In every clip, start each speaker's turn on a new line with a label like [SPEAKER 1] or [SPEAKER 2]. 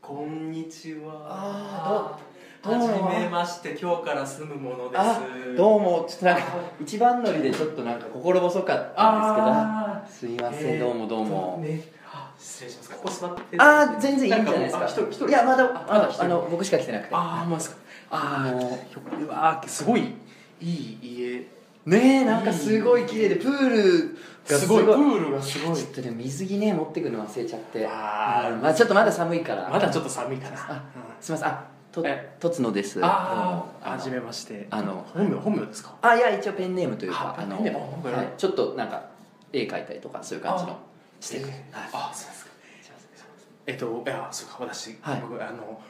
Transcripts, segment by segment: [SPEAKER 1] こんにちは。
[SPEAKER 2] あーど
[SPEAKER 1] は
[SPEAKER 2] どう
[SPEAKER 1] じ
[SPEAKER 2] も
[SPEAKER 1] めまして、今日から住むものです。
[SPEAKER 2] あどうもちょっとなんか一番乗りでちょっとなんか心細かった
[SPEAKER 1] あ
[SPEAKER 2] ん
[SPEAKER 1] ー
[SPEAKER 2] ですけどすいませんどうもどうも、
[SPEAKER 1] ね、あ失礼します。ここ座って。
[SPEAKER 2] あー全然いいんじゃないです
[SPEAKER 1] あ
[SPEAKER 2] か
[SPEAKER 1] 一人一人
[SPEAKER 2] いやまだ
[SPEAKER 1] あ
[SPEAKER 2] ま
[SPEAKER 1] まだ
[SPEAKER 2] だ
[SPEAKER 1] 一人
[SPEAKER 2] あの僕しか来てなくて
[SPEAKER 1] ああ、まず。あ
[SPEAKER 2] あの
[SPEAKER 1] あ、うわー、すごい。いい家。
[SPEAKER 2] ねえなんかすごい綺麗でプールが
[SPEAKER 1] すごい。プールがすごい
[SPEAKER 2] ちょ。っとね水着ね持ってくるの忘れちゃって
[SPEAKER 1] あー
[SPEAKER 2] うんまあちょっとまだ寒いから
[SPEAKER 1] まだちょっと寒いかな。
[SPEAKER 2] あ
[SPEAKER 1] うん
[SPEAKER 2] すみませんあと
[SPEAKER 1] え
[SPEAKER 2] とつのです
[SPEAKER 1] あ
[SPEAKER 2] どうも
[SPEAKER 1] あ、はじ
[SPEAKER 2] の
[SPEAKER 1] めまして。
[SPEAKER 2] あの
[SPEAKER 1] 本名、本名ですか。
[SPEAKER 2] あいや一応ペンネームというか
[SPEAKER 1] あ
[SPEAKER 2] あの
[SPEAKER 1] ペンネームあ僕ら
[SPEAKER 2] はいちょっとなんか絵描いたりとかそういう感じ
[SPEAKER 1] あ
[SPEAKER 2] のしてる
[SPEAKER 1] えー
[SPEAKER 2] はい
[SPEAKER 1] あ、そうですか。えっと、いや、そうか、私、
[SPEAKER 2] はい
[SPEAKER 1] 僕、あの。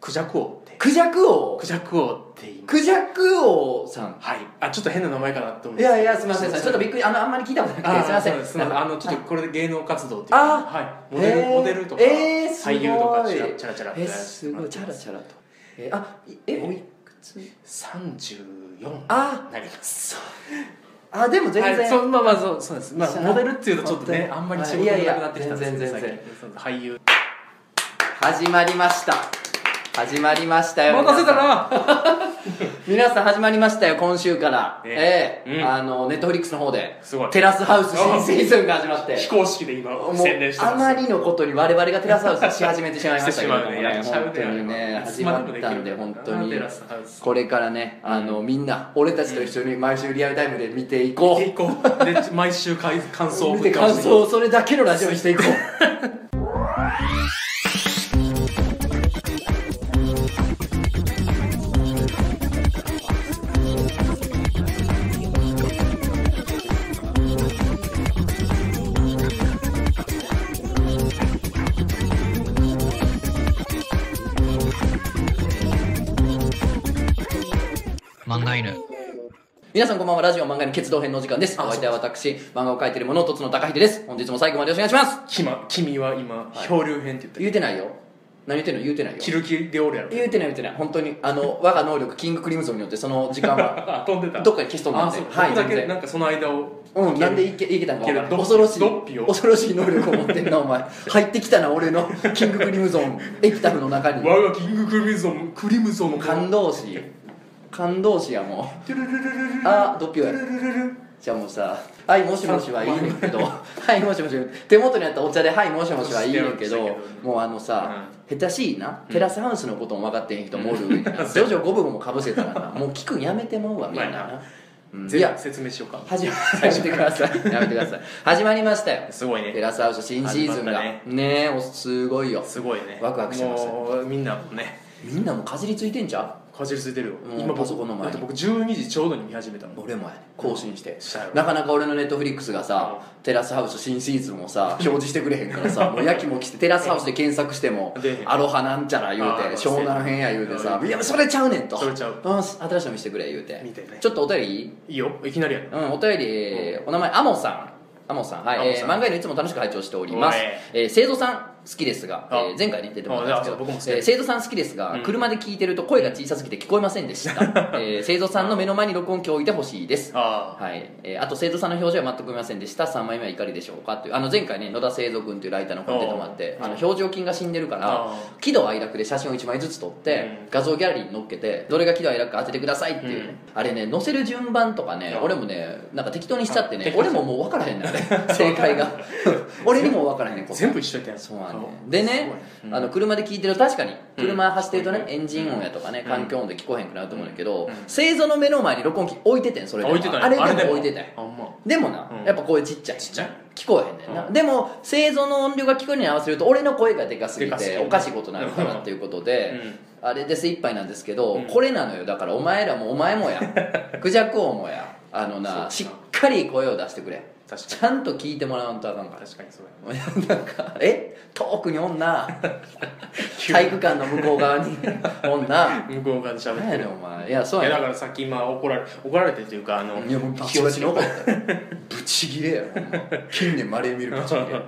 [SPEAKER 1] クジャク王って。
[SPEAKER 2] クジャク王
[SPEAKER 1] クジャク王って言います。
[SPEAKER 2] クジャク王さん
[SPEAKER 1] はい、あ、ちょっと変な名前かなと思って。
[SPEAKER 2] いやいやすみませんちょっとびっ
[SPEAKER 1] く
[SPEAKER 2] くりあのあんまり聞いたことなくてすみません
[SPEAKER 1] すみません、あの、ちょっと、これで芸能活動っていうか。
[SPEAKER 2] あ
[SPEAKER 1] はい、モデル、
[SPEAKER 2] へー
[SPEAKER 1] モデルとか、
[SPEAKER 2] えーすごい
[SPEAKER 1] 俳優とか、チラ、チラチラ。
[SPEAKER 2] えすごいチャラチャラとえあいえおいくつ
[SPEAKER 1] 三十四。
[SPEAKER 2] あ
[SPEAKER 1] なります。
[SPEAKER 2] あでも全
[SPEAKER 1] はい
[SPEAKER 2] 然
[SPEAKER 1] そうまあまあそうそうです、ま
[SPEAKER 2] 知
[SPEAKER 1] あ、
[SPEAKER 2] らない
[SPEAKER 1] モデルっていうとちょっとね
[SPEAKER 2] 本
[SPEAKER 1] あ
[SPEAKER 2] 当に
[SPEAKER 1] んまり仕
[SPEAKER 2] はいい
[SPEAKER 1] 事
[SPEAKER 2] や
[SPEAKER 1] が
[SPEAKER 2] い
[SPEAKER 1] な
[SPEAKER 2] や
[SPEAKER 1] くなってきたんですけど
[SPEAKER 2] 全然
[SPEAKER 1] 最近そう俳優
[SPEAKER 2] 始まりました始まりましたよ
[SPEAKER 1] 待たせたな
[SPEAKER 2] 皆さん始まりましたよ今週から、
[SPEAKER 1] ね
[SPEAKER 2] え
[SPEAKER 1] う
[SPEAKER 2] え
[SPEAKER 1] ん
[SPEAKER 2] あのネットフリックスの方です
[SPEAKER 1] ごい
[SPEAKER 2] テラスハウス新シーズンが始ま って
[SPEAKER 1] 非公式で今
[SPEAKER 2] もう
[SPEAKER 1] 宣伝してま
[SPEAKER 2] あ
[SPEAKER 1] す
[SPEAKER 2] まりのことに我々がテラスハウスし始めてしまいましたけれども
[SPEAKER 1] してしまうねや
[SPEAKER 2] ね
[SPEAKER 1] っちゃうね
[SPEAKER 2] 本当にね
[SPEAKER 1] あれ
[SPEAKER 2] 始まったんで本当に
[SPEAKER 1] テラスハウス
[SPEAKER 2] これからねあのみんな俺たちと一緒に毎週リアルタイムで見ていこう
[SPEAKER 1] 結構で毎週かい感想を
[SPEAKER 2] 見て感想をそれだけのラジオにしていこう
[SPEAKER 3] 漫画犬
[SPEAKER 2] 皆さんこんばんはラジオ漫画の決動編のお時間ですお相手は私漫画を描いている者とつの高秀です本日も最後までお願いします
[SPEAKER 1] きま君は今
[SPEAKER 2] い
[SPEAKER 1] 漂流編って言ってる
[SPEAKER 2] 言うてないよ何言ってんの言うてないよ
[SPEAKER 1] キルキでおるやろ
[SPEAKER 2] 言うてない言うてない本当にあ の我が能力キングクリムゾンによってその時間は
[SPEAKER 1] あ飛んでた
[SPEAKER 2] どっかに消し飛んだん
[SPEAKER 1] あ
[SPEAKER 2] で
[SPEAKER 1] そう
[SPEAKER 2] はい
[SPEAKER 1] 僕だ
[SPEAKER 2] 全
[SPEAKER 1] け
[SPEAKER 2] 然
[SPEAKER 1] なんかその間を
[SPEAKER 2] うん、なんで
[SPEAKER 1] い
[SPEAKER 2] いけいけたんか分か
[SPEAKER 1] い
[SPEAKER 2] らん
[SPEAKER 1] ける
[SPEAKER 2] 恐ろしい
[SPEAKER 1] ドッピを
[SPEAKER 2] 恐ろしい能力を持ってんなお前入ってきたな俺のキングクリムゾンエピタフの中に
[SPEAKER 1] 我がキングクリムゾンクリムゾンの
[SPEAKER 2] 感動し感動しやもう
[SPEAKER 1] トゥルルルルルル
[SPEAKER 2] あドッピオや
[SPEAKER 1] トゥルルルルル
[SPEAKER 2] じゃあもうさ「はいもしもし」はいいねんけど「はいもしもし」手元にあったお茶で「はいもしもし」はいいねんけ
[SPEAKER 1] そう
[SPEAKER 2] ど
[SPEAKER 1] してましたけど
[SPEAKER 2] もうあのさ、下手しいなテラスハウスのことも分かってへん人もおる上に な徐々五分もかぶせたらなもう聞くんやめてまうわみんな
[SPEAKER 1] まあな
[SPEAKER 2] な、うん、い
[SPEAKER 1] 全
[SPEAKER 2] や
[SPEAKER 1] 部説明しようか
[SPEAKER 2] 始まやめてくださいやめてください始まりましたよ
[SPEAKER 1] すごいね
[SPEAKER 2] テラスハウス新シーズン
[SPEAKER 1] 始ま
[SPEAKER 2] が
[SPEAKER 1] った
[SPEAKER 2] ね
[SPEAKER 1] ね
[SPEAKER 2] えおすごいよ
[SPEAKER 1] すごいね
[SPEAKER 2] ワクワクしました
[SPEAKER 1] もうみんなもね
[SPEAKER 2] みんなもうかじりついてんじゃん
[SPEAKER 1] かじりついてるよ
[SPEAKER 2] うん
[SPEAKER 1] 僕
[SPEAKER 2] パソコンの前
[SPEAKER 1] だ
[SPEAKER 2] に
[SPEAKER 1] って僕12時ちょうどに見始めたもん
[SPEAKER 2] 俺もやね更新して
[SPEAKER 1] したやろ
[SPEAKER 2] なかなか俺のネットフリックスがさテラスハウス新シーズン をさ表示してくれへんからさもうやきもきしてテラスハウスで検索しても
[SPEAKER 1] 出えへん
[SPEAKER 2] アロハなんちゃら言う
[SPEAKER 1] あー
[SPEAKER 2] て湘南編や言うてさ
[SPEAKER 1] うん
[SPEAKER 2] いやそれちゃうねんと
[SPEAKER 1] それちゃう
[SPEAKER 2] うん新しいの見せてくれ言うて
[SPEAKER 1] 見てね
[SPEAKER 2] ちょっとお便りいい
[SPEAKER 1] いいよいきなりやな
[SPEAKER 2] うん、お便り、お名前、アモさん。アモさん、はい。
[SPEAKER 1] アモ
[SPEAKER 2] えー、
[SPEAKER 1] さん
[SPEAKER 2] 漫画犬いつも楽しく拝聴しております
[SPEAKER 1] おい。
[SPEAKER 2] えー、生徒さん、好きですが、え
[SPEAKER 1] あ
[SPEAKER 2] ー前回ね、出てもらったんですけ
[SPEAKER 1] あ
[SPEAKER 2] ど
[SPEAKER 1] 僕も好、き
[SPEAKER 2] えー、生徒さん好きですが、車で聞いてると声が小さすぎて聞こえません でした。えー、生徒さんの目の前に録音機を置いてほしいです。
[SPEAKER 1] ああ
[SPEAKER 2] はい、えーあと生徒さんの表情は全く見ませんでした3枚目はいかがでしょうかというあの前回ね野田聖三君というライターの子に出てもらって
[SPEAKER 1] あー
[SPEAKER 2] あの表情筋が死んでるか
[SPEAKER 1] あ
[SPEAKER 2] ら
[SPEAKER 1] ー
[SPEAKER 2] 喜怒哀楽で写真を1枚ずつ撮って、
[SPEAKER 1] うん
[SPEAKER 2] 画像ギャラリーに載っけてどれが喜怒哀楽か当ててくださいっていうね、あれね載せる順番とかね
[SPEAKER 1] うん
[SPEAKER 2] 俺もねなんか適当にしちゃって
[SPEAKER 1] あ適
[SPEAKER 2] ね
[SPEAKER 1] 当に
[SPEAKER 2] 俺ももう分からへんのよね正解 が俺にも分からへんねん答え
[SPEAKER 1] 全部一緒やったんや
[SPEAKER 2] そうなん
[SPEAKER 1] 顔
[SPEAKER 2] ね、でね、
[SPEAKER 1] すごいうん
[SPEAKER 2] あの車で聞いてると確かに車走ってるとね、
[SPEAKER 1] うん
[SPEAKER 2] エンジン音やとかね、
[SPEAKER 1] うん
[SPEAKER 2] 環境音で聞こえへんくなると思うんだけど、
[SPEAKER 1] うん
[SPEAKER 2] 製造の目の前に録音機置いててんそれでも
[SPEAKER 1] 置いてたんや
[SPEAKER 2] あれでも置いてたん
[SPEAKER 1] あ
[SPEAKER 2] よ
[SPEAKER 1] ほんま
[SPEAKER 2] でもな、
[SPEAKER 1] うん
[SPEAKER 2] やっぱ声ちっちゃい
[SPEAKER 1] ちっちゃい
[SPEAKER 2] 聞こえへんねんな、
[SPEAKER 1] う
[SPEAKER 2] でも製造の音量が聞こえるのに合わせると俺の声がでかすぎ
[SPEAKER 1] でかすぎ
[SPEAKER 2] て
[SPEAKER 1] る
[SPEAKER 2] おかしいことになるからっていうことで、あれで精一杯なんですけど、
[SPEAKER 1] うん
[SPEAKER 2] これなのよだからお前らもお前も やクジャク王もやあの
[SPEAKER 1] そうだ
[SPEAKER 2] な
[SPEAKER 1] な
[SPEAKER 2] しっかり声を出してくれ
[SPEAKER 1] 確か
[SPEAKER 2] ちゃんと聞いてもらわんとあかんから
[SPEAKER 1] に確かにそうや
[SPEAKER 2] なんかえ遠くにお んな体育館の向こう側におんな
[SPEAKER 1] 向こう側で喋っ
[SPEAKER 2] 何
[SPEAKER 1] て
[SPEAKER 2] やね
[SPEAKER 1] る
[SPEAKER 2] んお前いやそう
[SPEAKER 1] いやだ
[SPEAKER 2] や
[SPEAKER 1] からさっき今怒られ怒られてというかあの
[SPEAKER 2] ねいやもうバチバチに怒ったよブチギレやろほんま近年まれに 見るブチギレ
[SPEAKER 1] いや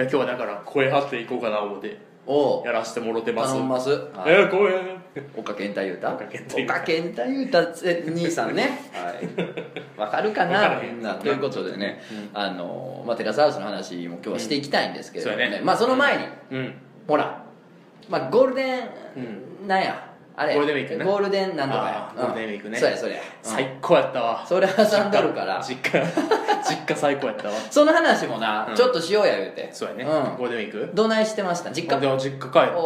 [SPEAKER 1] 今日はだから声張っていこうかな思って
[SPEAKER 2] おう
[SPEAKER 1] やらせてもろてます
[SPEAKER 2] 頼んますはい
[SPEAKER 1] え声
[SPEAKER 2] 岡健太裕太
[SPEAKER 1] 岡健太裕太
[SPEAKER 2] 岡健太裕太ぜ兄さんねはいわかるかな
[SPEAKER 1] わからへ
[SPEAKER 2] み
[SPEAKER 1] ん
[SPEAKER 2] んなということでね、あのまあ、テラスハウスの話も今日はしていきたいんですけれども
[SPEAKER 1] うんそう
[SPEAKER 2] ね,、
[SPEAKER 1] やね
[SPEAKER 2] まあその前に、
[SPEAKER 1] うん
[SPEAKER 2] ほらまあゴールデ
[SPEAKER 1] う
[SPEAKER 2] ンなんやあれ
[SPEAKER 1] ゴールデンウィークね
[SPEAKER 2] ゴールデンなんとかや
[SPEAKER 1] あーゴールデンウィークね
[SPEAKER 2] そうやそれ
[SPEAKER 1] 最高やったわ
[SPEAKER 2] それ挟んどるから
[SPEAKER 1] 実家 実家最高やったわ
[SPEAKER 2] その話もな、
[SPEAKER 1] うん
[SPEAKER 2] ちょっとしようや言うて
[SPEAKER 1] そうやね、
[SPEAKER 2] ん
[SPEAKER 1] ゴールデンウィーク
[SPEAKER 2] どないしてました実
[SPEAKER 1] で
[SPEAKER 2] 家
[SPEAKER 1] も実家帰って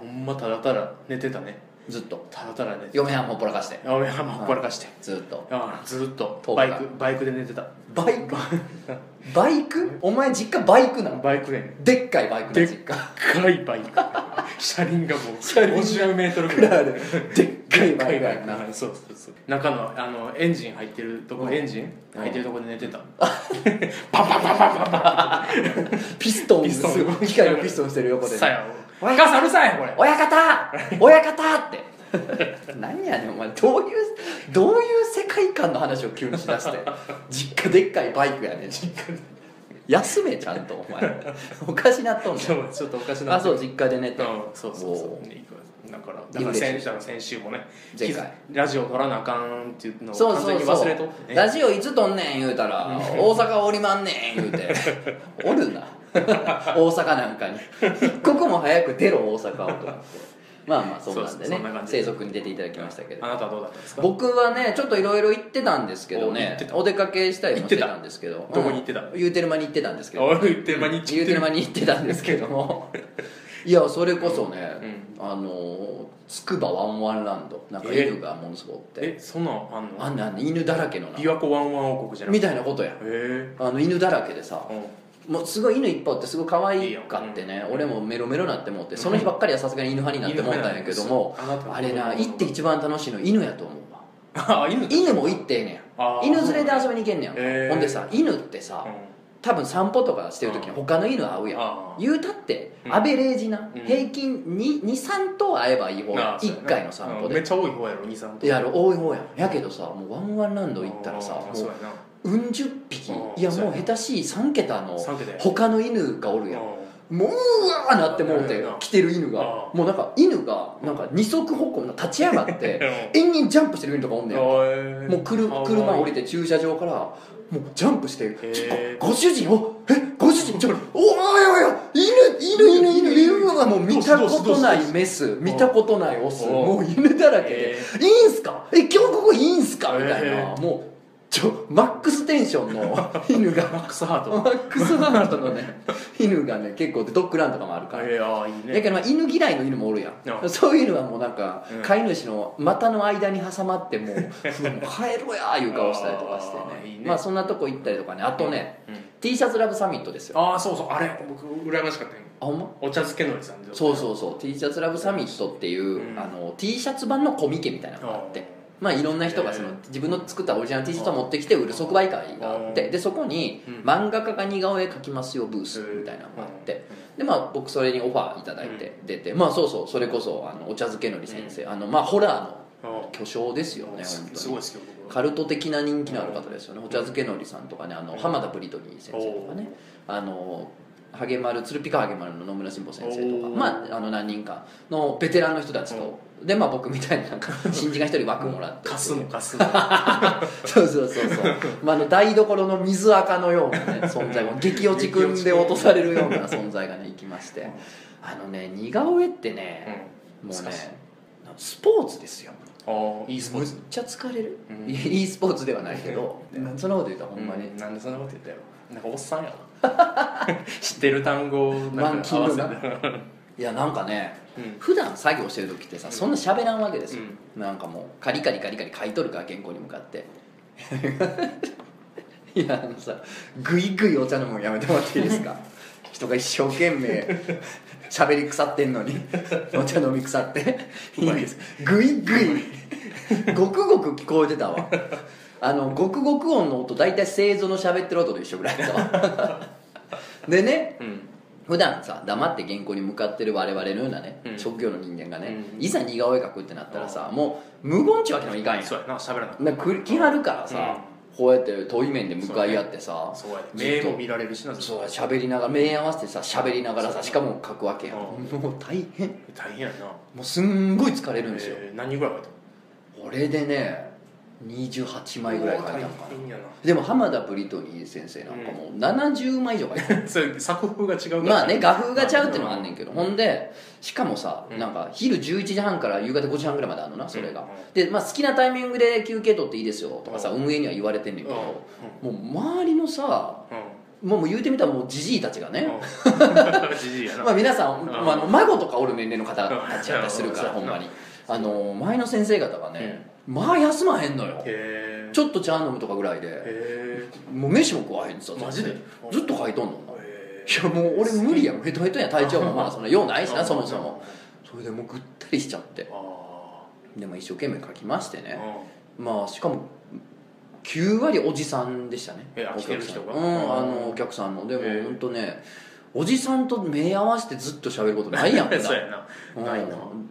[SPEAKER 1] ほんまただただ寝てたね
[SPEAKER 2] ずっと
[SPEAKER 1] ただただ寝てた
[SPEAKER 2] 嫁はんほっぽらかして
[SPEAKER 1] やべえもうほっぽらかして
[SPEAKER 2] ずっと
[SPEAKER 1] あーずっと
[SPEAKER 2] 遠く
[SPEAKER 1] バ
[SPEAKER 2] か
[SPEAKER 1] イクバイクで寝てた
[SPEAKER 2] バイク バイクお前実家バイクなの
[SPEAKER 1] バイクでね
[SPEAKER 2] でっかいバイク
[SPEAKER 1] で
[SPEAKER 2] の
[SPEAKER 1] っ
[SPEAKER 2] 実家
[SPEAKER 1] かいバ イク車輪がもう
[SPEAKER 2] 車輪が
[SPEAKER 1] 50メー トルぐ
[SPEAKER 2] くら
[SPEAKER 1] ら
[SPEAKER 2] いあ
[SPEAKER 1] い
[SPEAKER 2] るでっかいバイクやな
[SPEAKER 1] なそうそうそう中のあのエンジン入ってるとこ、
[SPEAKER 2] うん
[SPEAKER 1] エンジン入ってるとこで寝てた、
[SPEAKER 2] ピストン
[SPEAKER 1] ピストン
[SPEAKER 2] すごい機械のピストンしてる横で
[SPEAKER 1] さやお
[SPEAKER 2] おい
[SPEAKER 1] 母さんうるさいこ れ
[SPEAKER 2] 親方親方って 何やねんお前どういうどういう世界観の話を急にしだして実家でっかいバイクやねん実家休めちゃんとお前おかしなっとんね
[SPEAKER 1] ちょちょっとおかし
[SPEAKER 2] ん
[SPEAKER 1] な
[SPEAKER 2] あそう実家で寝て、
[SPEAKER 1] うん、そうそう
[SPEAKER 2] お
[SPEAKER 1] そうういいからだから
[SPEAKER 2] い
[SPEAKER 1] だ
[SPEAKER 2] い
[SPEAKER 1] か
[SPEAKER 2] ん
[SPEAKER 1] ら
[SPEAKER 2] で
[SPEAKER 1] 先週
[SPEAKER 2] すよ
[SPEAKER 1] だから先週もね
[SPEAKER 2] 前回
[SPEAKER 1] 気づラジオ撮らなあかんっていうのを
[SPEAKER 2] そう
[SPEAKER 1] 完
[SPEAKER 2] そ
[SPEAKER 1] 全
[SPEAKER 2] う
[SPEAKER 1] に
[SPEAKER 2] そ
[SPEAKER 1] 忘
[SPEAKER 2] う
[SPEAKER 1] れとね
[SPEAKER 2] ラジオいつとんねん言うたら大阪おりまんねん言うておるな大阪なんかに一刻も早く出ろ大阪をと思ってまあまあそうなんで
[SPEAKER 1] そうそうそ
[SPEAKER 2] ね
[SPEAKER 1] んな感じ
[SPEAKER 2] 生息に出ていただきましたけど
[SPEAKER 1] あなたはどうだったんですか
[SPEAKER 2] 僕はねちょっといろいろ行ってたんですけ
[SPEAKER 1] お
[SPEAKER 2] ど
[SPEAKER 1] 行
[SPEAKER 2] ね
[SPEAKER 1] ってた
[SPEAKER 2] お出かけしたりもしてたんですけど
[SPEAKER 1] てたどこに行ってた
[SPEAKER 2] うん言うてる間に行ってたんですけど
[SPEAKER 1] おい言ってる間に行っちゃって
[SPEAKER 2] 言う
[SPEAKER 1] る
[SPEAKER 2] てる間に行ってたんですけ どもいやそれこそね、あのーつくばワンワンランドなんか犬がものすごくおって
[SPEAKER 1] えそんなんあんの
[SPEAKER 2] あんなん犬だらけのな
[SPEAKER 1] 琵琶湖ワンワン王国じゃなく
[SPEAKER 2] み
[SPEAKER 1] て
[SPEAKER 2] たいなことや
[SPEAKER 1] へえ
[SPEAKER 2] あの犬だらけでさもうすごい犬いっぱいおってすごい可愛いかって
[SPEAKER 1] いい
[SPEAKER 2] ね
[SPEAKER 1] ようん
[SPEAKER 2] 俺もメロメロなって思ってその日ばっかりはさすがに犬派になって思ったんやけども
[SPEAKER 1] 犬派
[SPEAKER 2] あ
[SPEAKER 1] なんで
[SPEAKER 2] れ
[SPEAKER 1] すよあなた
[SPEAKER 2] な行って一番楽しいの犬やと思うわ
[SPEAKER 1] あ犬うん
[SPEAKER 2] 犬も行ってええね
[SPEAKER 1] あ
[SPEAKER 2] や
[SPEAKER 1] ー
[SPEAKER 2] 犬連れで遊びに行けんねやんか、
[SPEAKER 1] へー
[SPEAKER 2] ほんでさ犬ってさ多分散歩とかしてる時に
[SPEAKER 1] うん
[SPEAKER 2] 他の犬会うやん、
[SPEAKER 1] あー
[SPEAKER 2] 言うたって
[SPEAKER 1] うん
[SPEAKER 2] アベレージな、
[SPEAKER 1] うん
[SPEAKER 2] 平均23頭会えばいい方
[SPEAKER 1] あ
[SPEAKER 2] や
[SPEAKER 1] あそうや
[SPEAKER 2] 1
[SPEAKER 1] ね
[SPEAKER 2] 回の散歩
[SPEAKER 1] うんめっ
[SPEAKER 2] で、
[SPEAKER 1] ちゃ多い方やろ23と
[SPEAKER 2] やる多い方やんやけどさもうワンワンランド行ったらさ
[SPEAKER 1] あー
[SPEAKER 2] も
[SPEAKER 1] そう
[SPEAKER 2] う
[SPEAKER 1] やな
[SPEAKER 2] うん十匹
[SPEAKER 1] うん
[SPEAKER 2] いや
[SPEAKER 1] そう
[SPEAKER 2] も
[SPEAKER 1] や
[SPEAKER 2] う
[SPEAKER 1] な
[SPEAKER 2] 下手しい3桁の
[SPEAKER 1] 3桁や
[SPEAKER 2] 他の犬がおるやん
[SPEAKER 1] う
[SPEAKER 2] もううわーなってもうて
[SPEAKER 1] うん
[SPEAKER 2] 来てる犬が
[SPEAKER 1] う
[SPEAKER 2] もうなんか犬がなんか二足歩行の立ち上がって
[SPEAKER 1] ん
[SPEAKER 2] 延々ジャンプしてる犬とかおんねん
[SPEAKER 1] おい
[SPEAKER 2] もうくる
[SPEAKER 1] かわいい
[SPEAKER 2] 車降りて駐車場からもうジャンプして
[SPEAKER 1] へー
[SPEAKER 2] ご主人をえご主人ちょおおいおいおい犬犬犬犬犬はもう見たことな
[SPEAKER 1] どう
[SPEAKER 2] い
[SPEAKER 1] し
[SPEAKER 2] メス見たことないオス
[SPEAKER 1] うん
[SPEAKER 2] もう犬だらけで
[SPEAKER 1] へ
[SPEAKER 2] 「いいんすかえ今日ここいいんすか?」みたい
[SPEAKER 1] へ
[SPEAKER 2] なもうちょマックステンションの犬が
[SPEAKER 1] マックスハー
[SPEAKER 2] マ
[SPEAKER 1] ト
[SPEAKER 2] ックスハートのね犬がね結構でドッグランとかもあるから
[SPEAKER 1] えああいい
[SPEAKER 2] だ
[SPEAKER 1] ね
[SPEAKER 2] けどまあ犬嫌いの犬もおるやん、
[SPEAKER 1] うん
[SPEAKER 2] そういうのはもうなんか、
[SPEAKER 1] うん
[SPEAKER 2] 飼い主の股の間に挟まって もうもう帰ろやーいう顔したりとかして
[SPEAKER 1] あー
[SPEAKER 2] ね
[SPEAKER 1] いいね
[SPEAKER 2] まあそんなとこ行ったりとかねあとね、
[SPEAKER 1] うん
[SPEAKER 2] T シャツラブサミットですよあ
[SPEAKER 1] ああそうそうあれ僕羨ましかったよ
[SPEAKER 2] ほんま
[SPEAKER 1] お茶漬けのりさんで
[SPEAKER 2] そうそうそう T シャツラブサミットっていう、
[SPEAKER 1] うん
[SPEAKER 2] あの T シャツ版のコミケみたいなのがあってまあいろんな人がそ
[SPEAKER 1] へ
[SPEAKER 2] の
[SPEAKER 1] ー
[SPEAKER 2] 自分の作ったオリジナル T シャツを持ってきて売る即売会があってでそこに
[SPEAKER 1] うん
[SPEAKER 2] 漫画家が似顔絵描きますよブースみたいなのがあってでまあ僕それにオファーいただいて出て、まあそうそうそれこそあのお茶漬けのり先生、あのまあホラーの
[SPEAKER 1] あ
[SPEAKER 2] 巨匠ですよね
[SPEAKER 1] あす
[SPEAKER 2] 本
[SPEAKER 1] すご
[SPEAKER 2] 当
[SPEAKER 1] い
[SPEAKER 2] に
[SPEAKER 1] ですけど僕
[SPEAKER 2] カルト的な人気のある方ですよね、お茶漬けのりさんとかねあの
[SPEAKER 1] うん
[SPEAKER 2] 浜田ブリトニー先生とかねあのハゲマル鶴ピカハゲマルの野村慎吾先生とか
[SPEAKER 1] おー
[SPEAKER 2] まああの何人かのベテランの人たちとでまあ僕みたいな なんか新人が一人枠もらって
[SPEAKER 1] 貸すも貸す
[SPEAKER 2] そうそうそうそう、まあ、あの台所の水垢のようなね存在を激落ちくんで落とされるような存在がねいきましてあのね似顔絵ってね、もうね
[SPEAKER 1] 難しい
[SPEAKER 2] スポーツですよ
[SPEAKER 1] ああいいスポーツ
[SPEAKER 2] めっちゃ疲れる、
[SPEAKER 1] うん
[SPEAKER 2] いやいいスポーツではないけど、そんなこと言うたらほんまに、
[SPEAKER 1] うなんでそんなこと言ったよなんかおっさんや な知ってる単語をな
[SPEAKER 2] 満
[SPEAKER 1] んか
[SPEAKER 2] 勤
[SPEAKER 1] 合わ
[SPEAKER 2] の
[SPEAKER 1] せて
[SPEAKER 2] ないやなんかね、
[SPEAKER 1] うん
[SPEAKER 2] 普段作業してる時ってさそんな喋らんわけですよ、
[SPEAKER 1] う
[SPEAKER 2] なんかもうカリカリカリカリ書いとるから原稿に向かって いやあのさグイグイお茶飲むのやめてもらっていいです か人が一生懸命喋り腐ってんのにお茶飲み腐って
[SPEAKER 1] うまいです
[SPEAKER 2] グイグイごくごく聞こえてたわあのごくごく音の音大体製造の喋ってる音と一緒ぐらいだわでね
[SPEAKER 1] うん
[SPEAKER 2] 普段さ黙って原稿に向かってる我々のようなね、
[SPEAKER 1] うん
[SPEAKER 2] 職業の人間がね、
[SPEAKER 1] うん
[SPEAKER 2] いざ似顔絵描くってなったらさもう無言っちゅうわけにもいかんやん
[SPEAKER 1] そうやな喋らな
[SPEAKER 2] なんかく来はるからさ、こうやって遠い面で向かい合ってさ
[SPEAKER 1] そうや
[SPEAKER 2] ずっ
[SPEAKER 1] 目
[SPEAKER 2] と
[SPEAKER 1] も見られるしなずっと
[SPEAKER 2] そうや喋りながら目合わせてさ喋りながらさしかも描くわけやん
[SPEAKER 1] う
[SPEAKER 2] もう大変
[SPEAKER 1] 大変やな
[SPEAKER 2] もうすんごい疲れるんですよ、
[SPEAKER 1] えー何人ぐらい書いた
[SPEAKER 2] 俺でね28枚ぐらい書いたのか
[SPEAKER 1] 大変や
[SPEAKER 2] なでも浜田ブリトニー先生なんかもう70枚以上書いてる
[SPEAKER 1] な それ作風が違うから
[SPEAKER 2] まあね画風がちゃうっていうのはあんねんけど、ほんでしかもさ、
[SPEAKER 1] うん
[SPEAKER 2] なんか昼11時半から夕方5時半ぐらいまであるのなそれが、
[SPEAKER 1] うんうん
[SPEAKER 2] で、まあ、好きなタイミングで休憩取っていいですよとかさ、
[SPEAKER 1] う
[SPEAKER 2] 運営には言われてんねんけど、もう周りのさ
[SPEAKER 1] うん
[SPEAKER 2] もうもう言うてみたらもうじじいたちがね、
[SPEAKER 1] うん じじいやな
[SPEAKER 2] まあ、皆さん、
[SPEAKER 1] うん
[SPEAKER 2] まあ、あの孫とかおる年齢の方たちやったりするから、
[SPEAKER 1] うん
[SPEAKER 2] ほんまにあの前の先生方がね、まあ休まへんのよ
[SPEAKER 1] へえ
[SPEAKER 2] ちょっと茶飲むとかぐらいで
[SPEAKER 1] へ
[SPEAKER 2] もう飯も食わへんってさ
[SPEAKER 1] マジで
[SPEAKER 2] 全然ずっと書いとんの
[SPEAKER 1] え
[SPEAKER 2] いやもう俺無理やもんヘトヘトや体調もまあそんな用ないし
[SPEAKER 1] う
[SPEAKER 2] なんそもそもそれでもうぐったりしちゃって
[SPEAKER 1] あ
[SPEAKER 2] でも一生懸命書きまして
[SPEAKER 1] あ
[SPEAKER 2] ねまあしかも9割おじさんでしたね
[SPEAKER 1] えあ
[SPEAKER 2] お
[SPEAKER 1] 来てる
[SPEAKER 2] 客さ
[SPEAKER 1] 人
[SPEAKER 2] ん
[SPEAKER 1] が
[SPEAKER 2] うんあ
[SPEAKER 1] あー
[SPEAKER 2] のお客さんのでも
[SPEAKER 1] へえ
[SPEAKER 2] 本当ねおじさんと目合わせてずっと喋ることないやん
[SPEAKER 1] そうやな
[SPEAKER 2] うん
[SPEAKER 1] ないな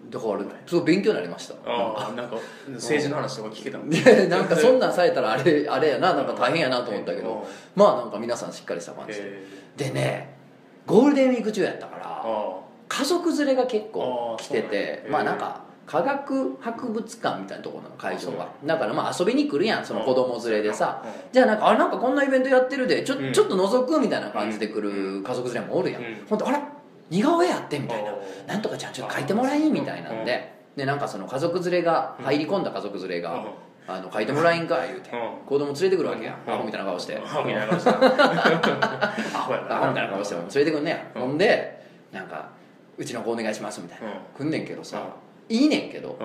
[SPEAKER 2] だからすごい勉強になりました
[SPEAKER 1] ああなんか政治の話とか聞けたん
[SPEAKER 2] でなんかそんなんされたら あれあれやななんか大変やなと思ったけどまあなんか皆さんしっかりした感じで
[SPEAKER 1] へえ
[SPEAKER 2] でねゴールデンウィーク中やったから
[SPEAKER 1] あ
[SPEAKER 2] 家族連れが結構来て
[SPEAKER 1] あーそうなんやへ
[SPEAKER 2] て
[SPEAKER 1] ー
[SPEAKER 2] まあなんか科学博物館みたいなところなの会場
[SPEAKER 1] あそうな
[SPEAKER 2] が
[SPEAKER 1] ん
[SPEAKER 2] だからまあ遊びに来るやんその子供連れでさ
[SPEAKER 1] うん
[SPEAKER 2] じゃあなんかあなんかこんなイベントやってるでちょ,、
[SPEAKER 1] うん
[SPEAKER 2] ちょっと覗くみたいな感じで来る家族連れもおるやん、
[SPEAKER 1] うん
[SPEAKER 2] ほんであら似顔絵やってみ
[SPEAKER 1] あ
[SPEAKER 2] たいな
[SPEAKER 1] あ
[SPEAKER 2] なんとかちゃんちょっと書いてもらえんみたいなんででなんかその家族連れが入り込んだ家族連れが「あの書いてもらえんか」言うて
[SPEAKER 1] うん
[SPEAKER 2] 子供連れてくるわけや
[SPEAKER 1] うん
[SPEAKER 2] アホみたいな顔して
[SPEAKER 1] アホみたいな顔したアホやな
[SPEAKER 2] アホみたいな顔して連れてくんねや、
[SPEAKER 1] うん
[SPEAKER 2] ほんでなんか「うちの子お願いします」みたいな、
[SPEAKER 1] うん
[SPEAKER 2] 来んねんけどさ、いいねんけど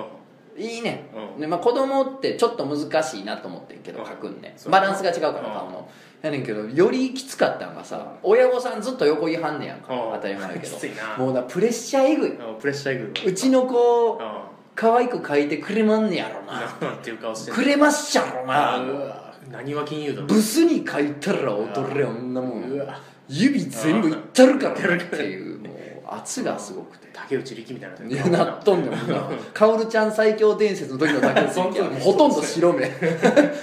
[SPEAKER 1] う
[SPEAKER 2] いいね
[SPEAKER 1] う
[SPEAKER 2] ん、
[SPEAKER 1] ん
[SPEAKER 2] でまあ、子供ってちょっと難しいなと思ってんけど
[SPEAKER 1] うん
[SPEAKER 2] 書くんね、
[SPEAKER 1] そう
[SPEAKER 2] ん、バランスが違うから
[SPEAKER 1] うん
[SPEAKER 2] 顔の、やねんけどよりきつかったんがさ親御さんずっと横いはんねやんか、
[SPEAKER 1] うん
[SPEAKER 2] 当たり前やけど
[SPEAKER 1] きついな
[SPEAKER 2] もうなプレッシャーえぐい
[SPEAKER 1] んうんプレッシャーいく
[SPEAKER 2] うちの子
[SPEAKER 1] あ
[SPEAKER 2] 可愛く書いてくれまんねやろな
[SPEAKER 1] あなんていう顔してんの
[SPEAKER 2] くれまっしゃろ
[SPEAKER 1] あ
[SPEAKER 2] な
[SPEAKER 1] うわ何は金融だ
[SPEAKER 2] ブスに書いたら踊れ女も
[SPEAKER 1] うんわ
[SPEAKER 2] 指全部いったるからなっていうもう圧がすごくて
[SPEAKER 1] 竹内力みたいない
[SPEAKER 2] やなっとんねんもんな薫ちゃん最強伝説の時の竹内力はもうほとんど白目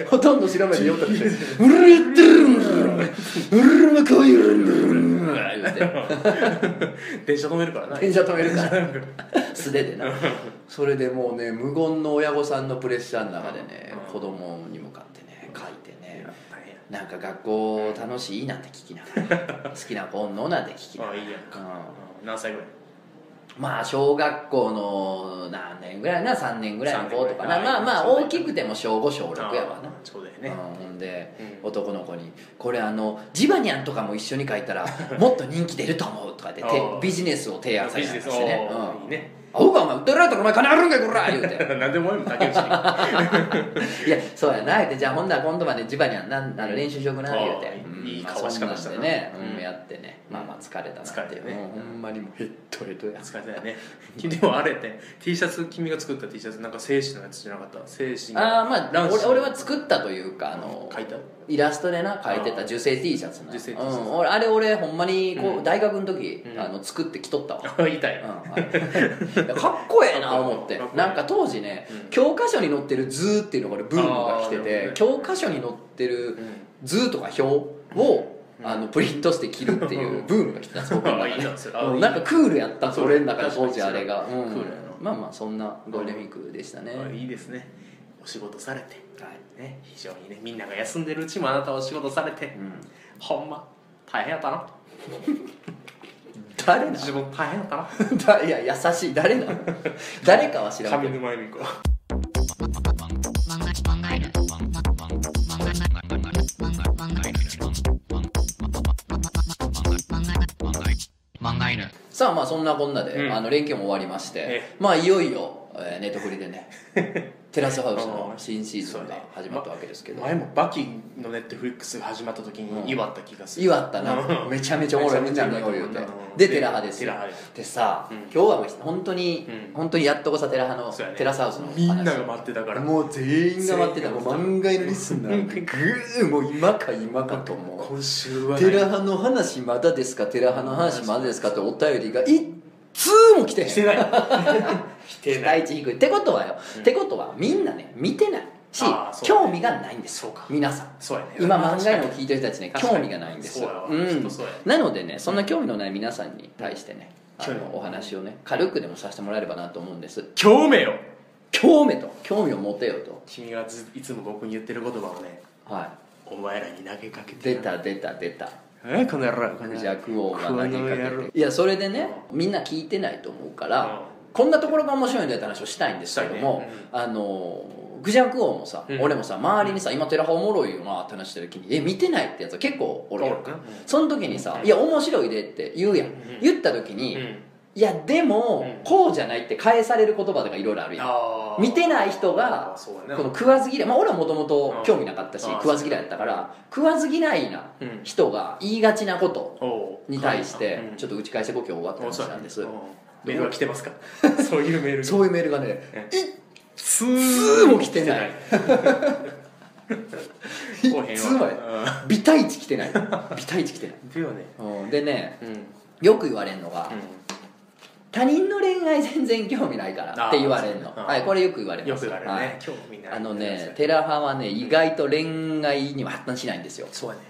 [SPEAKER 2] ほとんど白目で酔ったりして「うるるってるんるるるるこういうるるるるる」言うて
[SPEAKER 1] 電車止めるからな
[SPEAKER 2] 電車止めるから 素手でなそれでもうね無言の親御さんのプレッシャーの中でね
[SPEAKER 1] うん
[SPEAKER 2] 子供に向かってね書いてね
[SPEAKER 1] 大変
[SPEAKER 2] なんか学校楽しいなんて聞きながら好きな子のなんて聞きなが
[SPEAKER 1] ああいいやん
[SPEAKER 2] ら、うん
[SPEAKER 1] うん何歳ぐらい
[SPEAKER 2] まあ小学校の何年ぐらいな3年ぐらいの子とかな
[SPEAKER 1] 三年ぐらい
[SPEAKER 2] まあまあ
[SPEAKER 1] そうだね
[SPEAKER 2] 大きくても小5小6やわ
[SPEAKER 1] ああ
[SPEAKER 2] な
[SPEAKER 1] ちょうだよ
[SPEAKER 2] うん
[SPEAKER 1] ね
[SPEAKER 2] ほんで
[SPEAKER 1] うん
[SPEAKER 2] 男の子に「これあのジバニャンとかも一緒に書 いたらもっと人気出ると思う」とかで
[SPEAKER 1] あ
[SPEAKER 2] て
[SPEAKER 1] ー
[SPEAKER 2] ビジネスを提案され
[SPEAKER 1] ビ
[SPEAKER 2] た
[SPEAKER 1] ジ
[SPEAKER 2] り
[SPEAKER 1] ネス
[SPEAKER 2] してね「
[SPEAKER 1] おーいい
[SPEAKER 2] うん
[SPEAKER 1] ね
[SPEAKER 2] 青がお前訴えられたらお前金あるんかいこら!」言 うて
[SPEAKER 1] 何でもいいもん竹内力
[SPEAKER 2] 「いやそうやな」言うて「じゃあほんなら今度までジバニャンなんあの練習しようかな」
[SPEAKER 1] あー
[SPEAKER 2] 言うて
[SPEAKER 1] いい
[SPEAKER 2] うん
[SPEAKER 1] いい
[SPEAKER 2] まあ
[SPEAKER 1] 顔し方したな
[SPEAKER 2] そんなんでね
[SPEAKER 1] うん
[SPEAKER 2] うんやってねまあまあ疲れたなってい
[SPEAKER 1] 疲れ
[SPEAKER 2] う
[SPEAKER 1] たね
[SPEAKER 2] うんほんまにもうヘッドヘッドや
[SPEAKER 1] 疲れたよね君でもあれやね T シャツ君が作った T シャツなんか精神のやつじゃなかった精神
[SPEAKER 2] ああまあ
[SPEAKER 1] 卵子
[SPEAKER 2] 俺俺は作ったというかあの
[SPEAKER 1] 書いた
[SPEAKER 2] イラストでな書いてた受精 T シャツな
[SPEAKER 1] 受精 T シャツ
[SPEAKER 2] うん、俺あれ俺ほんまにこう、
[SPEAKER 1] うん
[SPEAKER 2] 大学の時、
[SPEAKER 1] うん
[SPEAKER 2] あの作ってきとったわ
[SPEAKER 1] あいた
[SPEAKER 2] うん
[SPEAKER 1] よ
[SPEAKER 2] あれい やかっこええな思って
[SPEAKER 1] かっこええ
[SPEAKER 2] なんか当時ね、
[SPEAKER 1] うん
[SPEAKER 2] 教科書に載ってる図っていうのが俺ブームが来て
[SPEAKER 1] あーな
[SPEAKER 2] て、
[SPEAKER 1] るほ
[SPEAKER 2] 教科書に載ってる図とか表を、
[SPEAKER 1] うん
[SPEAKER 2] あのプリントして着るっ ていうブームが来てたんです僕 の中で
[SPEAKER 1] あいいなそれあ
[SPEAKER 2] うん
[SPEAKER 1] いい
[SPEAKER 2] なんかクールやったんです
[SPEAKER 1] そう
[SPEAKER 2] 俺の中で当
[SPEAKER 1] 確か
[SPEAKER 2] 時
[SPEAKER 1] に
[SPEAKER 2] あれが、うん
[SPEAKER 1] クールやな
[SPEAKER 2] まあまあそんなゴールデンウィークでしたね、
[SPEAKER 1] う
[SPEAKER 2] は
[SPEAKER 1] ん
[SPEAKER 2] い
[SPEAKER 1] いいですねお仕事されてね非常にねみんなが休んでるうちもあなたお仕事されて
[SPEAKER 2] うん
[SPEAKER 1] ほんま大変やったな
[SPEAKER 2] 誰な
[SPEAKER 1] 自分大変やったな
[SPEAKER 2] のだいや優しい誰な の誰かは知らんけ
[SPEAKER 1] 上
[SPEAKER 2] ど
[SPEAKER 1] 沼恵美子
[SPEAKER 2] さあまあそんなこんなで、
[SPEAKER 1] うん
[SPEAKER 2] あの連休も終わりまして、
[SPEAKER 1] え
[SPEAKER 2] まあいよいよ、えーネットフリで ねテラスハウスの
[SPEAKER 1] あー
[SPEAKER 2] 新シーズン
[SPEAKER 1] そう
[SPEAKER 2] が
[SPEAKER 1] ね
[SPEAKER 2] 始まったわけですけど、
[SPEAKER 1] 前もバキのネットフリックスが始まった時
[SPEAKER 2] うん
[SPEAKER 1] に祝った気がする
[SPEAKER 2] 祝ったな
[SPEAKER 1] うん
[SPEAKER 2] めちゃめちゃおもろいめちゃめちゃおもろい言うてでテラハです
[SPEAKER 1] テ
[SPEAKER 2] よ
[SPEAKER 1] ラハで
[SPEAKER 2] でさ、
[SPEAKER 1] うん
[SPEAKER 2] 今日はもう本当に、
[SPEAKER 1] うん
[SPEAKER 2] 本当にやっとこさテラハの、
[SPEAKER 1] そうやね
[SPEAKER 2] テラスハウスの話
[SPEAKER 1] みんなが待ってたから
[SPEAKER 2] もう全員が待ってたもう漫画のリスナーがぐーもう今か今かと思う
[SPEAKER 1] 今週は
[SPEAKER 2] テ
[SPEAKER 1] ね
[SPEAKER 2] ラハの話まだですかテラハの話まだですかってお便りがいっつも 来てへ ん
[SPEAKER 1] してないして
[SPEAKER 2] 期
[SPEAKER 1] ない
[SPEAKER 2] 待値低いってことはよ、
[SPEAKER 1] うん
[SPEAKER 2] ってことはみんなね見てないし、
[SPEAKER 1] あーそう
[SPEAKER 2] 興味がないんです
[SPEAKER 1] そうか
[SPEAKER 2] 皆さん
[SPEAKER 1] そうやね
[SPEAKER 2] 今漫画を聞いてる人たちね
[SPEAKER 1] 確か
[SPEAKER 2] 興
[SPEAKER 1] に
[SPEAKER 2] 味がないんです
[SPEAKER 1] そうやわ
[SPEAKER 2] ん
[SPEAKER 1] きっとそうや
[SPEAKER 2] なのでねそんな興味のない皆さんに対してね、あ
[SPEAKER 1] 興味
[SPEAKER 2] のお話をね軽くでもさせてもらえればなと思うんです
[SPEAKER 1] 今日目よ
[SPEAKER 2] 今興味と興味を持てよと
[SPEAKER 1] 君がずいつも僕に言ってる言葉をね
[SPEAKER 2] は
[SPEAKER 1] お前らに投げかけ
[SPEAKER 2] い
[SPEAKER 1] て
[SPEAKER 2] 出
[SPEAKER 1] やる
[SPEAKER 2] た出た出た
[SPEAKER 1] えこの野郎この野郎
[SPEAKER 2] 弱王が投げ
[SPEAKER 1] この野
[SPEAKER 2] か
[SPEAKER 1] 郎
[SPEAKER 2] けていやそれでねみんな聞いてないと思うから、
[SPEAKER 1] う
[SPEAKER 2] こんなところが面白いんだよって話をしたいんですけども、
[SPEAKER 1] し
[SPEAKER 2] あのクジャク王もさ、
[SPEAKER 1] うん
[SPEAKER 2] 俺もさ周りにさ今テラハおもろいよなって話してる時に「え見てない?」ってやつは結構おるやん
[SPEAKER 1] おるな
[SPEAKER 2] その時にさ
[SPEAKER 1] う
[SPEAKER 2] 「
[SPEAKER 1] ん
[SPEAKER 2] いや面白いで」って言うやん、
[SPEAKER 1] うん
[SPEAKER 2] 言った時に
[SPEAKER 1] う
[SPEAKER 2] 「
[SPEAKER 1] ん
[SPEAKER 2] いやでも、
[SPEAKER 1] うん
[SPEAKER 2] こうじゃない」って返される言葉とかいろいろあるやん
[SPEAKER 1] あー
[SPEAKER 2] 見てない人が
[SPEAKER 1] あーそうやな
[SPEAKER 2] この食わず嫌い、まあ、俺はもともと興味なかったし
[SPEAKER 1] うん
[SPEAKER 2] 食わず嫌いだったから食わず嫌いな
[SPEAKER 1] うん
[SPEAKER 2] 人が言いがちなこと
[SPEAKER 1] おう
[SPEAKER 2] に対して
[SPEAKER 1] うん
[SPEAKER 2] ちょっと打ち返せ故郷終わって
[SPEAKER 1] お
[SPEAKER 2] 話
[SPEAKER 1] そう
[SPEAKER 2] なんです
[SPEAKER 1] やねおうメールは来てますか そういうメール
[SPEAKER 2] そういうメールがね
[SPEAKER 1] す
[SPEAKER 2] ーも来てない
[SPEAKER 1] 来おへんわ
[SPEAKER 2] いつもやビタイチ来てないビタイチ来てない
[SPEAKER 1] うんだよね
[SPEAKER 2] うんでね
[SPEAKER 1] うん
[SPEAKER 2] よく言われるのが、他人の恋愛全然興味ないからって言われる
[SPEAKER 1] あー
[SPEAKER 2] の、
[SPEAKER 1] そうねうん
[SPEAKER 2] はい、これよく言われ
[SPEAKER 1] よ
[SPEAKER 2] ます
[SPEAKER 1] く言われる
[SPEAKER 2] は
[SPEAKER 1] ね
[SPEAKER 2] い
[SPEAKER 1] 今日みんな
[SPEAKER 2] あのね
[SPEAKER 1] テ
[SPEAKER 2] テラ派はね意外と恋愛には発展しないんですよ
[SPEAKER 1] そうやね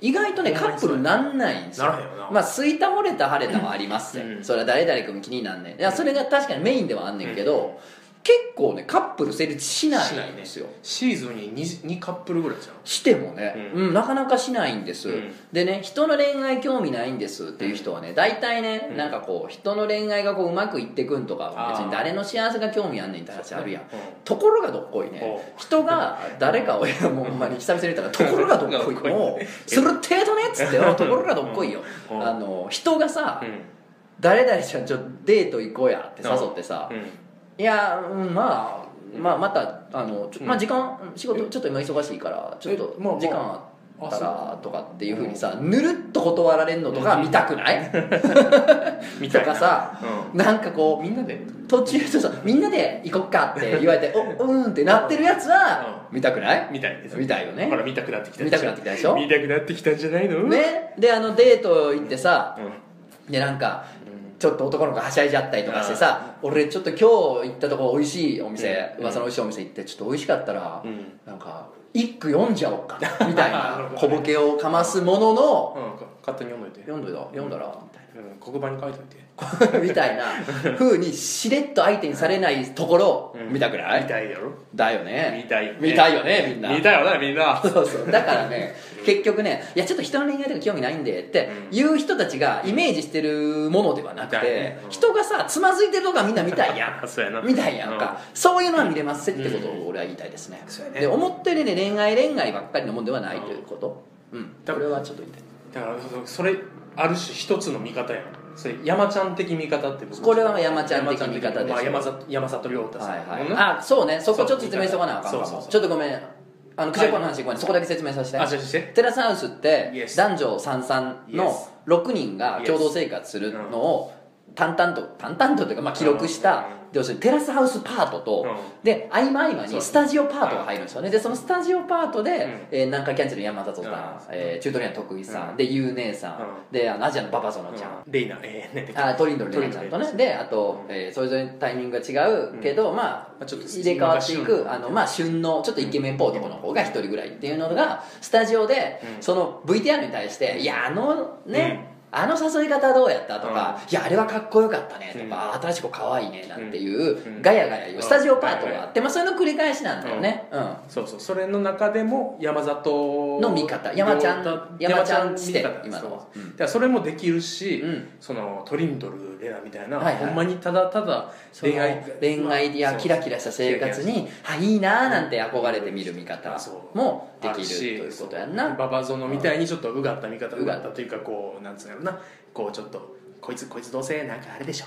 [SPEAKER 2] 意外とねカップルなんないんですよ
[SPEAKER 1] ならへんよな
[SPEAKER 2] まあ好いた惚れた晴れたはありますね、
[SPEAKER 1] うん
[SPEAKER 2] それは誰々君気になんねんいやそれが確かにメインではあんねんけど、結構ねカップル成立しないんですよし,、
[SPEAKER 1] シーズンに 2, カップルぐらいじゃん
[SPEAKER 2] てもね、
[SPEAKER 1] う
[SPEAKER 2] うんんなかなかしないんです、
[SPEAKER 1] うん
[SPEAKER 2] でね人の恋愛興味ないんですっていう人はね大体ね、
[SPEAKER 1] うん
[SPEAKER 2] なんかこう人の恋愛がこううまくいってくんとかは別
[SPEAKER 1] あー
[SPEAKER 2] に誰の幸せが興味あんねんって話あるやん
[SPEAKER 1] そうね
[SPEAKER 2] ところがどっこいね
[SPEAKER 1] お
[SPEAKER 2] 人が誰かをいやもうほんまに久々に言ったらところがどっ こいもうする程度ねっつってよところがどっこいよ
[SPEAKER 1] うん
[SPEAKER 2] あの人がさ
[SPEAKER 1] うん
[SPEAKER 2] 「誰々ちゃんちょっとデート行こうや」って誘ってさ
[SPEAKER 1] うん
[SPEAKER 2] 「いやうんまあまあまたあのちょ
[SPEAKER 1] うん
[SPEAKER 2] まあ時間仕事ちょっと今忙しいからちょっと
[SPEAKER 1] えまあまあ
[SPEAKER 2] 時間あったら」とかっていうふうにさ
[SPEAKER 1] う
[SPEAKER 2] ぬるっと断られるのとか見たくない
[SPEAKER 1] み
[SPEAKER 2] と
[SPEAKER 1] たいな
[SPEAKER 2] かさなんかこう
[SPEAKER 1] みんなで
[SPEAKER 2] 途中でさみんなで行こっかって言われ て「おうーん」ってなってるやつは見たくない
[SPEAKER 1] みたいです
[SPEAKER 2] 見たいよね
[SPEAKER 1] ほら見たくなってきた
[SPEAKER 2] 見たくなってきたでしょ
[SPEAKER 1] 見たくなってきたんじゃないの
[SPEAKER 2] ねであのデート行ってさ
[SPEAKER 1] うん
[SPEAKER 2] でなんかちょっと男の子はしゃいじゃったりとかしてさ俺ちょっと今日行ったとこ美味しいお店、
[SPEAKER 1] うん
[SPEAKER 2] 噂の美味しいお店行ってちょっと美味しかったら、
[SPEAKER 1] うんうん
[SPEAKER 2] なんか一句読んじゃおうかみ たい
[SPEAKER 1] なる
[SPEAKER 2] な
[SPEAKER 1] ほ
[SPEAKER 2] 小
[SPEAKER 1] どね
[SPEAKER 2] ボケをかますものの
[SPEAKER 1] うんか勝手に読んどいて
[SPEAKER 2] 読んどいた読んだら
[SPEAKER 1] うん黒板に書いといて
[SPEAKER 2] みたいな みたいな風にしれっと相手にされないところ、
[SPEAKER 1] うん
[SPEAKER 2] 見たくない
[SPEAKER 1] 見たいやろ
[SPEAKER 2] だよね
[SPEAKER 1] 見たいよね
[SPEAKER 2] 見たいよねみんな
[SPEAKER 1] 見たよなみんな
[SPEAKER 2] そうそうだからね結局ねいやちょっと人の恋愛とか興味ないんでって言う人たちがイメージしてるものではなく
[SPEAKER 1] だよね
[SPEAKER 2] て
[SPEAKER 1] うん
[SPEAKER 2] 人がさつまずいてるとこはみんな見たいやん
[SPEAKER 1] あ そうやな
[SPEAKER 2] みたいやんかそういうのは見れますってことを俺は言いたいですね
[SPEAKER 1] そうやね
[SPEAKER 2] で思ったよりね恋愛恋愛ばっかりのもんではないということうん
[SPEAKER 1] だ
[SPEAKER 2] これはちょっと言いたい
[SPEAKER 1] だからそそれある種一つの見方やんそれ山ちゃん的見方って僕
[SPEAKER 2] これは山ちゃん的見方です
[SPEAKER 1] まあ、山里山里亮太さん、
[SPEAKER 2] はいはい
[SPEAKER 1] うん
[SPEAKER 2] あそうねそこちょっと説明しとかなあかんかも
[SPEAKER 1] そうそうそう
[SPEAKER 2] ちょっとごめんあのクジャコの話ごめんそこだけ説明させて
[SPEAKER 1] あじゃあして
[SPEAKER 2] テラスハウスって
[SPEAKER 1] Yes
[SPEAKER 2] 男女三々の6人が共同生活するのを淡々と淡々とというかまあ記録し
[SPEAKER 1] うん
[SPEAKER 2] た要するにテラスハウスパートと
[SPEAKER 1] う
[SPEAKER 2] で合間合間
[SPEAKER 1] そう
[SPEAKER 2] にスタジオパートが入るんですよねでそのスタジオパー
[SPEAKER 1] う
[SPEAKER 2] ト
[SPEAKER 1] ん
[SPEAKER 2] で、えー南海キャンセルの山里さん、えーチュートリアンの徳井さん、でゆう姉さん、
[SPEAKER 1] う
[SPEAKER 2] であのアジアのババゾノちゃん、
[SPEAKER 1] んレイナえー、ね
[SPEAKER 2] あトリンドルレナちゃんとねであと、えーそれぞれタイミングが違うけど、ま
[SPEAKER 1] まあ
[SPEAKER 2] あ
[SPEAKER 1] ちょっと
[SPEAKER 2] 入れ替わってい
[SPEAKER 1] 今
[SPEAKER 2] く
[SPEAKER 1] が
[SPEAKER 2] あの、まあ、旬のちょっとイケメンポートコの方が一人ぐらいっていうのがスタジオで、
[SPEAKER 1] うん
[SPEAKER 2] その VTR に対して「いやあのね、あの誘い方どうやった?」とか「いやあれはかっこよかったね」とか「新しい子かわいいね」なんていう、
[SPEAKER 1] うん
[SPEAKER 2] ガヤガヤ言
[SPEAKER 1] うん
[SPEAKER 2] うスタジオパートがあって、まあ、それの繰り返しなんだよね、うん
[SPEAKER 1] そうそうそれの中でも山里
[SPEAKER 2] の見方山ちゃん山ちゃん視点
[SPEAKER 1] 山ちゃん見方
[SPEAKER 2] 今のは
[SPEAKER 1] そうだからそれもできるし、
[SPEAKER 2] うん
[SPEAKER 1] そのトリンドルレナみたいな、
[SPEAKER 2] はいはい
[SPEAKER 1] ほんまにただただ
[SPEAKER 2] その
[SPEAKER 1] 恋愛
[SPEAKER 2] 恋愛や
[SPEAKER 1] そう
[SPEAKER 2] キラキラした生活にあいいなーなんて憧れて見る見方
[SPEAKER 1] そう
[SPEAKER 2] もでき
[SPEAKER 1] あ
[SPEAKER 2] ると
[SPEAKER 1] し
[SPEAKER 2] いうことやん
[SPEAKER 1] そう
[SPEAKER 2] な
[SPEAKER 1] ババゾノみたいにちょっとうがった見方
[SPEAKER 2] うん
[SPEAKER 1] うがったというかこうなんつうんやろなこうちょっとこいつこいつどうせなんかあれでしょ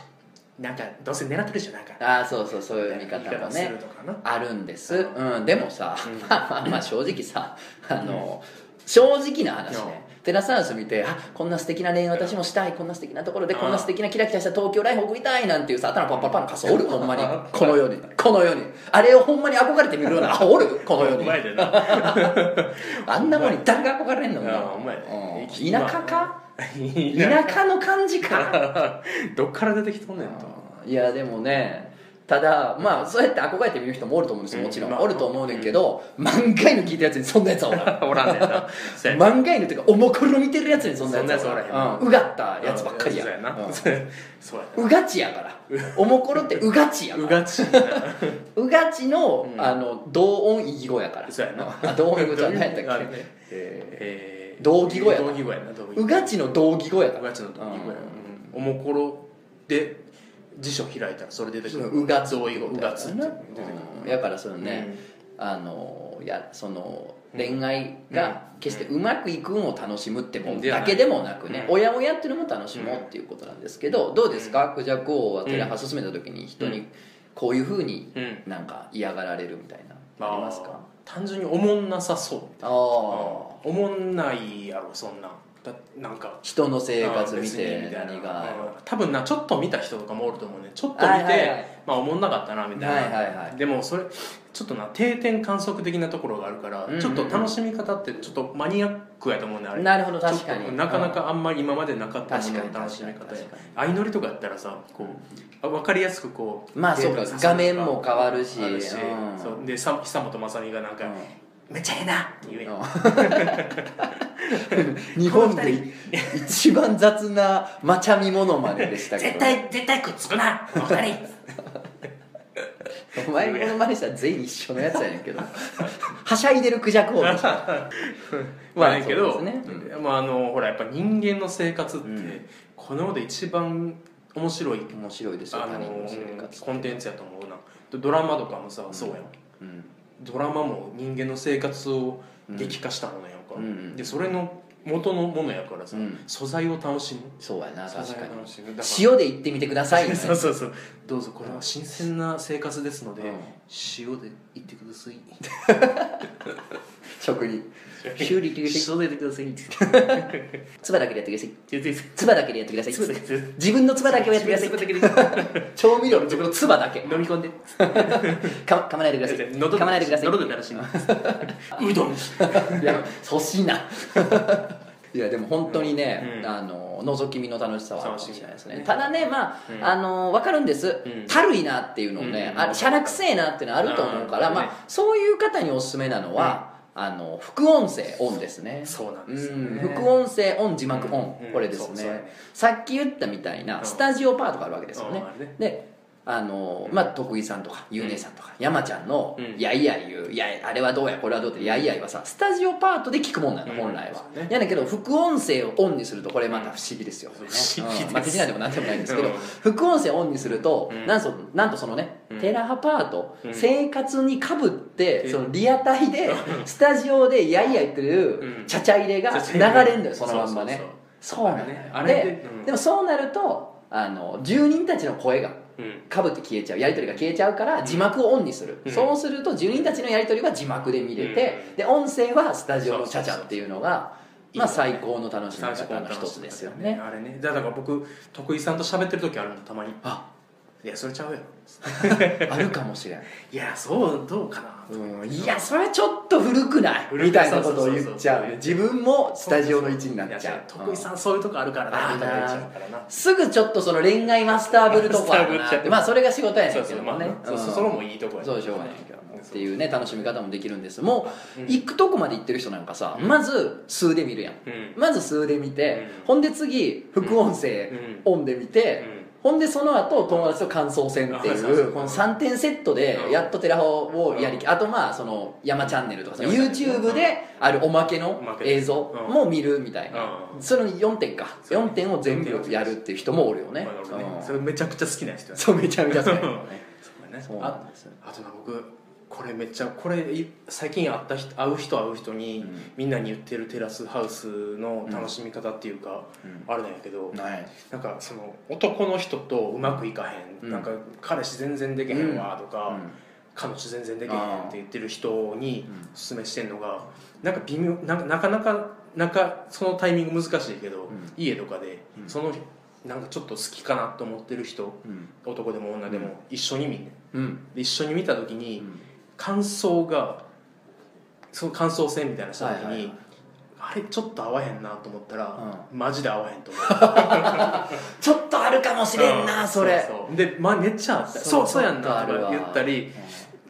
[SPEAKER 1] なんかどうせ狙ってるでしょなんか
[SPEAKER 2] ああそうそうそういう見方も
[SPEAKER 1] する
[SPEAKER 2] ね
[SPEAKER 1] とかな
[SPEAKER 2] あるんです、
[SPEAKER 1] う
[SPEAKER 2] うん、でもさ、
[SPEAKER 1] うん
[SPEAKER 2] まあまあまあ正直さあの、正直な話ね、テラスハウス見てあこんな素敵な恋愛私もしたいこんな素敵なところで
[SPEAKER 1] うん
[SPEAKER 2] こんな素敵なキラキラした東京ライフ送りたいなんていうさ頭パッパッパの仮想おるほんまにこの世にこの世にあれをほんまに憧れて見るようなあおるこの世
[SPEAKER 1] お
[SPEAKER 2] に
[SPEAKER 1] 前でな
[SPEAKER 2] あんなもんに誰が憧れんの
[SPEAKER 1] あお前
[SPEAKER 2] うん
[SPEAKER 1] 生き
[SPEAKER 2] 田舎か
[SPEAKER 1] い
[SPEAKER 2] 田舎の感じか
[SPEAKER 1] どっから出てきとんねんと
[SPEAKER 2] いやでもねただまあそうやって憧れて見る人もおると思うんですよもちろん、
[SPEAKER 1] うんまあ
[SPEAKER 2] おると思うねんけど、漫画犬聞いたやつにそんなやつはおら
[SPEAKER 1] お
[SPEAKER 2] ん
[SPEAKER 1] らんねんなそうやな
[SPEAKER 2] 漫画犬っていうかおもころ見てるやつにそんなやつはおら
[SPEAKER 1] そんなやつおらへん
[SPEAKER 2] へん、うん、うがったやつばっかりや
[SPEAKER 1] そうやな、
[SPEAKER 2] うん
[SPEAKER 1] そうやな
[SPEAKER 2] うがちやからおもころってうがちやか
[SPEAKER 1] う
[SPEAKER 2] ら
[SPEAKER 1] がち
[SPEAKER 2] うがちの,、
[SPEAKER 1] うん
[SPEAKER 2] あの同音異義語やから
[SPEAKER 1] そうやな
[SPEAKER 2] あ同音異義語じゃないやったっけ、
[SPEAKER 1] ね
[SPEAKER 2] え
[SPEAKER 1] えー
[SPEAKER 2] 同義語やな
[SPEAKER 1] 同義語やな同義
[SPEAKER 2] ー
[SPEAKER 1] 語
[SPEAKER 2] うがちの同義語やか
[SPEAKER 1] う
[SPEAKER 2] ら
[SPEAKER 1] がちの同義語やな、うんおもころで辞書開いたらそれ出てくる
[SPEAKER 2] うがつ
[SPEAKER 1] 同義語うがつって出てくる
[SPEAKER 2] うんやからそのね、あのいやその恋愛が決してうまくいくんを楽しむっても
[SPEAKER 1] うん
[SPEAKER 2] んだけでもなくね
[SPEAKER 1] うん
[SPEAKER 2] おやおやっていうのも楽しもうっていうことなんですけどどうですかクジャク王はテレハ進めた時に人
[SPEAKER 1] う
[SPEAKER 2] にこういうふうに
[SPEAKER 1] うん、うん
[SPEAKER 2] なんか嫌がられるみたいなありますか
[SPEAKER 1] 単純におもんなさそう
[SPEAKER 2] あ
[SPEAKER 1] お
[SPEAKER 2] あ
[SPEAKER 1] もんないやろそんなんだなんか
[SPEAKER 2] 人の生活見
[SPEAKER 1] あー別に
[SPEAKER 2] て
[SPEAKER 1] みたいな
[SPEAKER 2] 何が
[SPEAKER 1] うん多分なちょっと見た人とかもおると思うねちょっと見て、
[SPEAKER 2] はいはいはい
[SPEAKER 1] まあおもんなかったなみたいな、
[SPEAKER 2] はいはいはい
[SPEAKER 1] でもそれちょっとな定点観測的なところがあるから、
[SPEAKER 2] うんうんうん
[SPEAKER 1] ちょっと楽しみ方ってちょっとマニアックやと思うねあれ
[SPEAKER 2] なるほど確かに
[SPEAKER 1] ちょっとなかなかあんまり今までなかったも
[SPEAKER 2] 確か
[SPEAKER 1] の
[SPEAKER 2] に
[SPEAKER 1] の楽しみ
[SPEAKER 2] 確
[SPEAKER 1] 方
[SPEAKER 2] かに
[SPEAKER 1] や
[SPEAKER 2] 確かに
[SPEAKER 1] 相乗りとかやったらさこう分かりやすくこう
[SPEAKER 2] まあそうか画面も変わるし
[SPEAKER 1] あるし、
[SPEAKER 2] うん
[SPEAKER 1] そうでさ久本雅美がなんか、めっちゃええなって言うやん、
[SPEAKER 2] うん 日本で一番雑なまちゃみものまねでしたけど
[SPEAKER 1] 絶対絶対くっつくなお二人
[SPEAKER 2] お前ものまねしたら全員一緒のやつやねんけどはしゃいでるクジャク王でしょ
[SPEAKER 1] まあねんけ
[SPEAKER 2] そ
[SPEAKER 1] ど、
[SPEAKER 2] うですね
[SPEAKER 1] まあ、あのほらやっぱ人間の生活って、
[SPEAKER 2] うん
[SPEAKER 1] この世で一番面白い、
[SPEAKER 2] 面白いですよ
[SPEAKER 1] あ
[SPEAKER 2] 他人
[SPEAKER 1] の
[SPEAKER 2] の生活
[SPEAKER 1] コンテンツやと思うなドドラマとかもさ、そうやん
[SPEAKER 2] うん
[SPEAKER 1] ドラマも人間の生活を激化したものやんか、
[SPEAKER 2] うんうん
[SPEAKER 1] でそれの元のものやからさ、
[SPEAKER 2] うん
[SPEAKER 1] 素材を楽しむ
[SPEAKER 2] そうやな
[SPEAKER 1] 素
[SPEAKER 2] 確
[SPEAKER 1] 材
[SPEAKER 2] か
[SPEAKER 1] を
[SPEAKER 2] に
[SPEAKER 1] 楽しむだから
[SPEAKER 2] 塩で行ってみてくださいよね
[SPEAKER 1] そうそうそうどうぞこれは新鮮な生活ですので、
[SPEAKER 2] うん
[SPEAKER 1] 塩でいってください
[SPEAKER 2] 食に塩で行ってください
[SPEAKER 1] 塩でいってください
[SPEAKER 2] 唾だけでやってください
[SPEAKER 1] 全然
[SPEAKER 2] 唾だけでやってください
[SPEAKER 1] 唾だけで
[SPEAKER 2] 自分の唾だけをやってくだ さい調味料の自分の唾だけ
[SPEAKER 1] 飲み込 んで
[SPEAKER 2] か噛まないでください噛まないでください
[SPEAKER 1] 喉で鳴らしうどん
[SPEAKER 2] いや粗品 いやでも本当にね、
[SPEAKER 1] うん
[SPEAKER 2] あの覗き見の楽しさはあるかも
[SPEAKER 1] 楽しみ
[SPEAKER 2] しれないですね
[SPEAKER 1] ね
[SPEAKER 2] ただねまあ、
[SPEAKER 1] うん
[SPEAKER 2] あの分かるんです、
[SPEAKER 1] うん
[SPEAKER 2] たるいなっていうのね、
[SPEAKER 1] うん
[SPEAKER 2] あしゃらくせえなっていうのあると思うから、
[SPEAKER 1] うん
[SPEAKER 2] まあ、そういう方におすすめなのは、あの副音声オンですね
[SPEAKER 1] そうなん
[SPEAKER 2] う
[SPEAKER 1] ですよね
[SPEAKER 2] ん、副音声オン字幕オン、
[SPEAKER 1] うん
[SPEAKER 2] これです
[SPEAKER 1] うんそうそう
[SPEAKER 2] ねさっき言ったみたいなスタジオパートがあるわけですよね
[SPEAKER 1] うんあるね
[SPEAKER 2] であのまあ、徳井さんとかゆうねさんとか、山ちゃんの
[SPEAKER 1] うん
[SPEAKER 2] やいやい言う「いやあれはどうやこれはどう」って「やいやい」はさスタジオパートで聞くもんなの、
[SPEAKER 1] うん
[SPEAKER 2] 本来は
[SPEAKER 1] そう、ね
[SPEAKER 2] やだけど副音声をオンにするとこれまた不思議ですよ、
[SPEAKER 1] 不思議です
[SPEAKER 2] うんまあ、手品でも何でもないんですけど、
[SPEAKER 1] うん
[SPEAKER 2] 副音声オンにすると、
[SPEAKER 1] うん
[SPEAKER 2] なんそなんとそのね、
[SPEAKER 1] うん
[SPEAKER 2] テラハパート、
[SPEAKER 1] うん
[SPEAKER 2] 生活にかぶって、
[SPEAKER 1] うん
[SPEAKER 2] そのリアタイでスタジオで「やいやい」言って
[SPEAKER 1] う
[SPEAKER 2] る
[SPEAKER 1] ん
[SPEAKER 2] ちゃちゃ入れが流れんだよそのまんまね
[SPEAKER 1] そうそうそう
[SPEAKER 2] そうなんだよ
[SPEAKER 1] あれねあれ
[SPEAKER 2] で
[SPEAKER 1] でうん
[SPEAKER 2] でもそうなるとあの住人たちの声が
[SPEAKER 1] うん
[SPEAKER 2] かぶって消えちゃうやり取りが消えちゃうから字幕をオンにする、
[SPEAKER 1] うん
[SPEAKER 2] そうすると住人たちのやり取りは字幕で見れて、
[SPEAKER 1] うん
[SPEAKER 2] で音声はスタジオのチャチャっていうのがまあ
[SPEAKER 1] そうそう
[SPEAKER 2] 最高の楽しみ
[SPEAKER 1] 最初
[SPEAKER 2] 方
[SPEAKER 1] から
[SPEAKER 2] の
[SPEAKER 1] 楽し
[SPEAKER 2] 一
[SPEAKER 1] み
[SPEAKER 2] つですよね
[SPEAKER 1] あれねだから僕徳井さんと喋ってる時あるのたまに
[SPEAKER 2] あ
[SPEAKER 1] いやそれちゃうよ
[SPEAKER 2] あるかもしれん、
[SPEAKER 1] いやそうどうかな
[SPEAKER 2] うん、いやそれちょっと古くない
[SPEAKER 1] 古い
[SPEAKER 2] みたいなことを言っちゃうね
[SPEAKER 1] そ
[SPEAKER 2] 自分もスタジオの位置になっちゃう
[SPEAKER 1] 徳井さんそういうとこあるからなみたいな言っちゃうからな
[SPEAKER 2] すぐちょっとその恋愛マスターぶるとこある
[SPEAKER 1] マスター
[SPEAKER 2] な
[SPEAKER 1] ぶっ
[SPEAKER 2] っ
[SPEAKER 1] ち
[SPEAKER 2] て
[SPEAKER 1] ゃって
[SPEAKER 2] まあそれが仕事やね
[SPEAKER 1] そうん
[SPEAKER 2] け
[SPEAKER 1] そう
[SPEAKER 2] ど
[SPEAKER 1] ま
[SPEAKER 2] も
[SPEAKER 1] あ
[SPEAKER 2] ね
[SPEAKER 1] ねそう
[SPEAKER 2] うん
[SPEAKER 1] そそれもいいとこや
[SPEAKER 2] そうでしょうがないけどもって
[SPEAKER 1] う
[SPEAKER 2] いうね楽しみ方もできるんですもう、
[SPEAKER 1] うん
[SPEAKER 2] 行くとこまで行ってる人なんかさ、
[SPEAKER 1] うん
[SPEAKER 2] まず数で見るやん
[SPEAKER 1] うん
[SPEAKER 2] まず数で見て、
[SPEAKER 1] うん
[SPEAKER 2] ほんで次副音声オンで見
[SPEAKER 1] う
[SPEAKER 2] て、
[SPEAKER 1] ん
[SPEAKER 2] ほんでその後友達と感想戦って
[SPEAKER 1] あ
[SPEAKER 2] い
[SPEAKER 1] そうそう
[SPEAKER 2] うこの3点セットで
[SPEAKER 1] うん
[SPEAKER 2] やっとテラホをやりきあとまあその山チャンネルとかさ
[SPEAKER 1] 山チャンネル
[SPEAKER 2] YouTube であるおまけの
[SPEAKER 1] おまけ
[SPEAKER 2] 映像
[SPEAKER 1] うん
[SPEAKER 2] も見るみたいな
[SPEAKER 1] うん
[SPEAKER 2] その4点か
[SPEAKER 1] そう
[SPEAKER 2] 4点を全部やるっていう人もおるよね
[SPEAKER 1] まあなるほどね
[SPEAKER 2] うん
[SPEAKER 1] それめちゃくちゃ好きな人やね
[SPEAKER 2] そうめちゃめちゃ好きな人ね
[SPEAKER 1] そうやね
[SPEAKER 2] そうなん
[SPEAKER 1] あ
[SPEAKER 2] ですよ
[SPEAKER 1] あとな僕これめっちゃこれい最近会った人会う人会う人に、
[SPEAKER 2] うん
[SPEAKER 1] みんなに言ってるテラスハウスの楽しみ方っていうか、
[SPEAKER 2] うん
[SPEAKER 1] あるんやけど、
[SPEAKER 2] ない
[SPEAKER 1] なんかその男の人とうまくいかへん、
[SPEAKER 2] うん
[SPEAKER 1] なんか彼氏全然できへんわとか、
[SPEAKER 2] うん
[SPEAKER 1] 彼女全然できへんって言ってる人に
[SPEAKER 2] うん
[SPEAKER 1] おすすめしてんのがなんか微妙なんかなかなかなんかそのタイミング難しいけど、
[SPEAKER 2] ん
[SPEAKER 1] 家とかで、
[SPEAKER 2] うん
[SPEAKER 1] そのなんかちょっと好きかなと思ってる人
[SPEAKER 2] うん
[SPEAKER 1] 男でも女で
[SPEAKER 2] うん
[SPEAKER 1] も一緒に見んねん
[SPEAKER 2] うん
[SPEAKER 1] で一緒に見た時に感想がその感想戦みたいなした時に、
[SPEAKER 2] はいはいはい
[SPEAKER 1] ああれちょっと合わへんなと思ったら、マジで合わへんと思う
[SPEAKER 2] ちょっとあるかもしれんな、
[SPEAKER 1] うん
[SPEAKER 2] それ
[SPEAKER 1] うそうで、まあ、めっちゃあったそうそうやんな
[SPEAKER 2] ちょっとあ
[SPEAKER 1] と
[SPEAKER 2] る
[SPEAKER 1] か
[SPEAKER 2] わ
[SPEAKER 1] 言ったり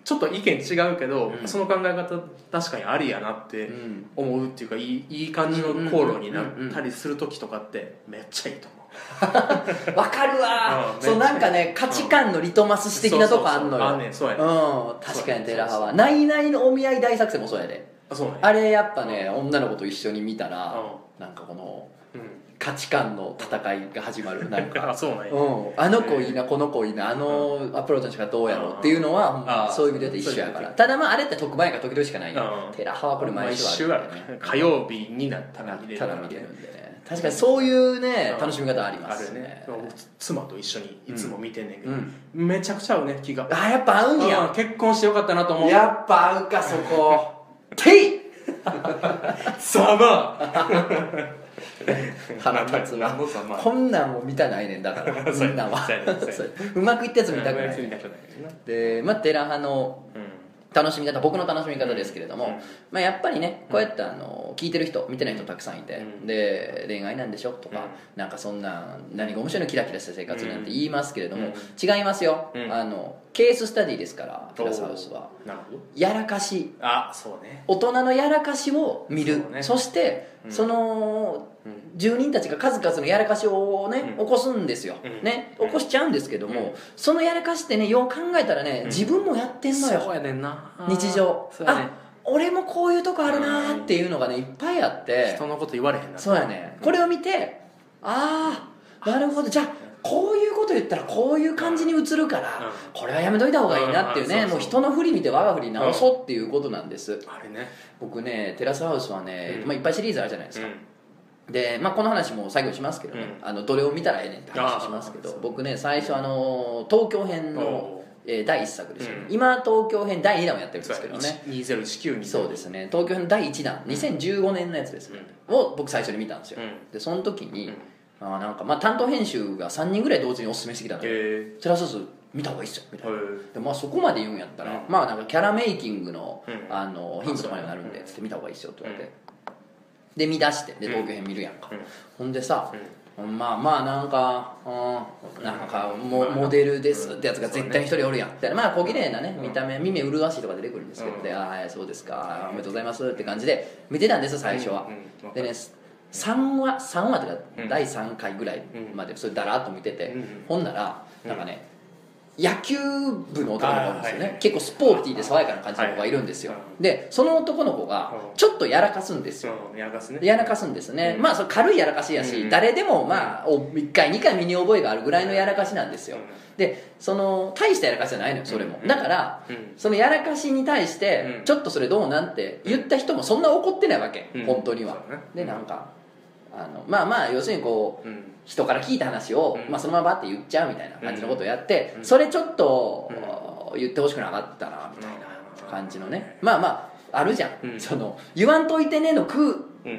[SPEAKER 1] ちょっと意見違うけど、その考え方確かにありやなって
[SPEAKER 2] うん
[SPEAKER 1] 思うっていうかいいいい感じの口論になったりする時とかってめっちゃいいと思う
[SPEAKER 2] わかるわ、
[SPEAKER 1] うん
[SPEAKER 2] そうなんかね価値観のリトマス紙的なとこあんの
[SPEAKER 1] そうそうそうあん
[SPEAKER 2] よ
[SPEAKER 1] ねんそうやねん
[SPEAKER 2] うん確かにテラハは「ないないのお見合い大作戦」もそうやで
[SPEAKER 1] あそうね
[SPEAKER 2] あれやっぱね女の子と一緒に見たら
[SPEAKER 1] う
[SPEAKER 2] なんかこの
[SPEAKER 1] うん
[SPEAKER 2] 価値観の戦いが始まるなんか
[SPEAKER 1] あそうなんや
[SPEAKER 2] うん、あの子いいなこの子いいなあのアプローチの仕方どうやろうっていうのは、ほんま
[SPEAKER 1] あー
[SPEAKER 2] そういう意味で言うと一緒やから
[SPEAKER 1] そう
[SPEAKER 2] ただまああれって特番やから時々しかないよ
[SPEAKER 1] うん
[SPEAKER 2] テラハはこれ毎週あるんだよ
[SPEAKER 1] 毎
[SPEAKER 2] ね
[SPEAKER 1] 週ある火曜日になった
[SPEAKER 2] た
[SPEAKER 1] ら
[SPEAKER 2] ら
[SPEAKER 1] 見
[SPEAKER 2] 見
[SPEAKER 1] れる
[SPEAKER 2] れる
[SPEAKER 1] か
[SPEAKER 2] からら
[SPEAKER 1] ね
[SPEAKER 2] 見れるんでね確かにそういうね楽しみ方あります
[SPEAKER 1] あるね
[SPEAKER 2] ね
[SPEAKER 1] 妻と一緒にいつも見てんねんけど、
[SPEAKER 2] うん
[SPEAKER 1] めちゃくちゃ合うね気が
[SPEAKER 2] あーやっぱ合うん
[SPEAKER 1] うん
[SPEAKER 2] や
[SPEAKER 1] 結婚してよかったなと思う
[SPEAKER 2] やっぱ合うかそ こてい
[SPEAKER 1] ざま
[SPEAKER 2] 腹立つ
[SPEAKER 1] な
[SPEAKER 2] わ
[SPEAKER 1] んのざま
[SPEAKER 2] こんなんも見たないねんだからみんなは
[SPEAKER 1] そうや ねそうや
[SPEAKER 2] うまくいったやつ
[SPEAKER 1] 見
[SPEAKER 2] 見
[SPEAKER 1] たく
[SPEAKER 2] たく
[SPEAKER 1] な
[SPEAKER 2] ない
[SPEAKER 1] 見
[SPEAKER 2] い
[SPEAKER 1] たくないな
[SPEAKER 2] でまあテラハの
[SPEAKER 1] う
[SPEAKER 2] 楽しみ方僕の楽しみ方ですけれども、
[SPEAKER 1] うん
[SPEAKER 2] まあ、やっぱりねこうやってあの聞いてる人見てない人たくさんいて、
[SPEAKER 1] うん
[SPEAKER 2] で恋愛なんでしょとか、
[SPEAKER 1] うん
[SPEAKER 2] なんかそんな何が面白いのキラキラした生活なんて
[SPEAKER 1] うん
[SPEAKER 2] 言いますけれども、
[SPEAKER 1] うん
[SPEAKER 2] 違いますよ、
[SPEAKER 1] うん
[SPEAKER 2] あのケーススタディですからテ
[SPEAKER 1] ん
[SPEAKER 2] ラスハウスは
[SPEAKER 1] なるほど
[SPEAKER 2] やらかし
[SPEAKER 1] あそうね
[SPEAKER 2] 大人のやらかしを見る
[SPEAKER 1] そ
[SPEAKER 2] そ,、
[SPEAKER 1] うね
[SPEAKER 2] して、
[SPEAKER 1] うん
[SPEAKER 2] その
[SPEAKER 1] うん
[SPEAKER 2] 住人たちが数々のやらかしをね、
[SPEAKER 1] うん
[SPEAKER 2] 起こすんですよ、
[SPEAKER 1] うん
[SPEAKER 2] ね
[SPEAKER 1] うん
[SPEAKER 2] 起こしちゃうんですけども、
[SPEAKER 1] うん
[SPEAKER 2] そのやらかしってねよう考えたらね、
[SPEAKER 1] ん
[SPEAKER 2] 自分もやってんのよ
[SPEAKER 1] そうやねんな
[SPEAKER 2] 日常
[SPEAKER 1] そうやね
[SPEAKER 2] あ俺もこういうとこあるなーっていうのがねいっぱいあって
[SPEAKER 1] 人のこと言われへんな
[SPEAKER 2] そうやねこれを見てああなるほどじゃあこういうこと言ったらこういう感じに映るから
[SPEAKER 1] う
[SPEAKER 2] これはやめといた方がいいなっていう
[SPEAKER 1] う
[SPEAKER 2] ね
[SPEAKER 1] ん
[SPEAKER 2] もう人の振り見て我が振り直そうっていうことなんです
[SPEAKER 1] あれね
[SPEAKER 2] 僕ねテラスハウスはね
[SPEAKER 1] うん
[SPEAKER 2] まあいっぱいシリーズあるじゃないです
[SPEAKER 1] う
[SPEAKER 2] か
[SPEAKER 1] ん
[SPEAKER 2] でまあこの話も最後にしますけどね
[SPEAKER 1] う
[SPEAKER 2] あのどれを見たらええねんって話しますけ
[SPEAKER 1] あー
[SPEAKER 2] ど
[SPEAKER 1] そう
[SPEAKER 2] 僕ね最初あの東京編の
[SPEAKER 1] おー
[SPEAKER 2] えー第1作ですよね
[SPEAKER 1] うん
[SPEAKER 2] 今東京編第2弾をやってるん
[SPEAKER 1] そ
[SPEAKER 2] で
[SPEAKER 1] う
[SPEAKER 2] すけ
[SPEAKER 1] や
[SPEAKER 2] ど
[SPEAKER 1] ね
[SPEAKER 2] ね
[SPEAKER 1] 2019に
[SPEAKER 2] そうですね東京編の第1弾2015年のやつですね、を僕最初に見たんですよ、
[SPEAKER 1] うん
[SPEAKER 2] でその時に、
[SPEAKER 1] うん
[SPEAKER 2] あーなんかまあ、担当編集が3人ぐらい同時におすすめしてきたのよ
[SPEAKER 1] え
[SPEAKER 2] テラスハウス見た方がいいっすよみ
[SPEAKER 1] え
[SPEAKER 2] たいな、
[SPEAKER 1] ー
[SPEAKER 2] でまあ、そこまで言うんやったら、
[SPEAKER 1] うん
[SPEAKER 2] まあなんかキャラメイキングの,、
[SPEAKER 1] うん
[SPEAKER 2] あのヒントとかにもなるんでつって見た方がいいっすよって言われて、で見出してで東京編見るやんか、
[SPEAKER 1] うん
[SPEAKER 2] ほんでさ、
[SPEAKER 1] うん
[SPEAKER 2] まあまあなんか、うん、なんかモ,、
[SPEAKER 1] まあ
[SPEAKER 2] モデルですってやつが絶対一人おるやんみたいなまあ小綺麗なね見た目耳麗しいとか出てくるんですけど、
[SPEAKER 1] うん
[SPEAKER 2] でああそうですかおめでとうございますって感じで見てたんです最初は、
[SPEAKER 1] うんうん
[SPEAKER 2] でね3話3話とか
[SPEAKER 1] うん
[SPEAKER 2] 第3回ぐらいまでそれだらっと見てて、
[SPEAKER 1] うん
[SPEAKER 2] ほんならなんかね、野球部の男の子がいるんですよね、
[SPEAKER 1] あーはい
[SPEAKER 2] 結構スポーティーで爽やかな感じの子がいるんですよ、
[SPEAKER 1] はい
[SPEAKER 2] でその男の子が
[SPEAKER 1] うん
[SPEAKER 2] ちょっとやらかすんですよ
[SPEAKER 1] そうやらかすね
[SPEAKER 2] やらかすんですね、
[SPEAKER 1] うん
[SPEAKER 2] まあそれ軽いやらかしやし、
[SPEAKER 1] うん
[SPEAKER 2] 誰でもまあ1回2回身に覚えがあるぐらいのやらかしなんですよ、
[SPEAKER 1] うん
[SPEAKER 2] でその大したやらかしじゃないのよそれも、
[SPEAKER 1] うん
[SPEAKER 2] だから、
[SPEAKER 1] うん
[SPEAKER 2] そのやらかしに対して、
[SPEAKER 1] うん
[SPEAKER 2] ちょっとそれどうなんて言った人もそんな怒ってないわけ、
[SPEAKER 1] うん
[SPEAKER 2] 本当には
[SPEAKER 1] そうだね、
[SPEAKER 2] でなんかあのまあまあ要するにこう
[SPEAKER 1] うん
[SPEAKER 2] 人から聞いた話を、
[SPEAKER 1] うん
[SPEAKER 2] まあ、そのままバって言っちゃうみたいな感じのことをやって、
[SPEAKER 1] うん
[SPEAKER 2] それちょっと、言ってほしくなかったなみたいな感じのね、まあまああるじゃん、
[SPEAKER 1] うん
[SPEAKER 2] その言わんといてねの空
[SPEAKER 1] う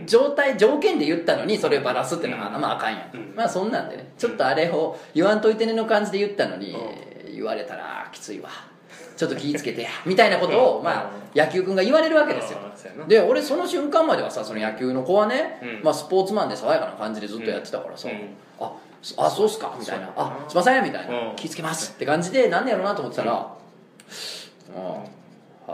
[SPEAKER 1] ん
[SPEAKER 2] 状態条件で言ったのにそれバラすってのは、
[SPEAKER 1] うん
[SPEAKER 2] あまああかんやん、
[SPEAKER 1] うん
[SPEAKER 2] まあそんなんでねちょっとあれを言わんといてねの感じで言ったのに、
[SPEAKER 1] う
[SPEAKER 2] 言われたらきついわちょっと気ぃつけてやみたいなこと
[SPEAKER 1] う
[SPEAKER 2] を、
[SPEAKER 1] ん
[SPEAKER 2] まあ、野球君が言われるわけですよ
[SPEAKER 1] あーそうやな
[SPEAKER 2] で俺その瞬間まではさその野球の子はね、
[SPEAKER 1] うん
[SPEAKER 2] まあ、スポーツマンで爽やかな感じでずっとやってたからさ、
[SPEAKER 1] うん
[SPEAKER 2] あそあそうっすかみたいな
[SPEAKER 1] そうやな
[SPEAKER 2] あすいませんみたいな、
[SPEAKER 1] うん
[SPEAKER 2] 気ぃつけますって感じでなんでやろうなと思ってたら、うん、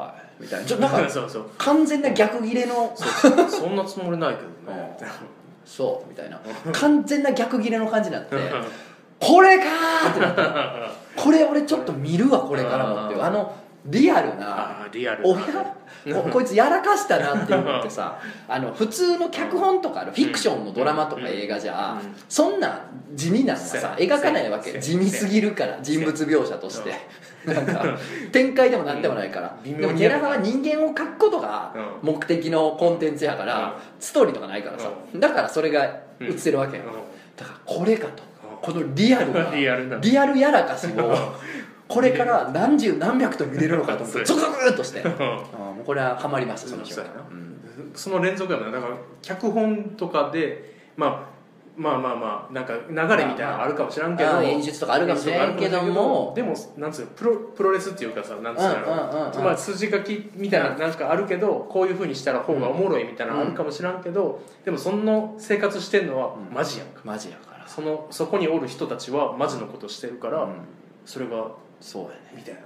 [SPEAKER 2] はいみたいなちょっとな んか
[SPEAKER 1] そうそう
[SPEAKER 2] 完全な逆切れの
[SPEAKER 1] そうそんなつもりないけどね
[SPEAKER 2] そうみたいな完全な逆切れの感じになってこれかーってなってこれ俺ちょっと見るわこれからもっていうあのリアルな
[SPEAKER 1] あーリアル
[SPEAKER 2] おやおこいつやらかしたなっていうのってさあの普通の脚本とかあるフィクションのドラマとか映画じゃ、
[SPEAKER 1] うん
[SPEAKER 2] そんな地味なのが
[SPEAKER 1] そうや
[SPEAKER 2] さ描かないわ
[SPEAKER 1] そう
[SPEAKER 2] け
[SPEAKER 1] や
[SPEAKER 2] 地味すぎるから人物描写として なんか展開でもなんでもないから、
[SPEAKER 1] うん微妙
[SPEAKER 2] でも
[SPEAKER 1] に
[SPEAKER 2] 寺田は人間を描くことが目的のコンテンツやから、ストーリーとかないからさ、だからそれが映せるわけよ、だからこれかとこのリアルな
[SPEAKER 1] リアルな
[SPEAKER 2] リアルやらかしをこれから何十何百と見れるのかと思ってゾクゾクっとしてあーもうこれはハマりましたその瞬
[SPEAKER 1] そうや
[SPEAKER 2] 間
[SPEAKER 1] な
[SPEAKER 2] うん
[SPEAKER 1] その連続やもんなだから脚本とかでまあまあまあまあなんか流れみたいなのあるかもしらんけど、
[SPEAKER 2] あ演出とかあるかもしれんけども
[SPEAKER 1] でもなんつうのプロプロレスっていうかさなんつう
[SPEAKER 2] うんん
[SPEAKER 1] や
[SPEAKER 2] うん
[SPEAKER 1] ろ、
[SPEAKER 2] うんうん
[SPEAKER 1] まあ、筋書きみたいななんかあるけどこういうふうにしたら方がおもろいみたいなのあるかもしらんけど、でもその生活してんのは
[SPEAKER 2] うん
[SPEAKER 1] マジやんか、
[SPEAKER 2] マジやから
[SPEAKER 1] そのそこにおる人たちはマジのことしてるから、
[SPEAKER 2] うん
[SPEAKER 1] それが
[SPEAKER 2] そうやね
[SPEAKER 1] みたいな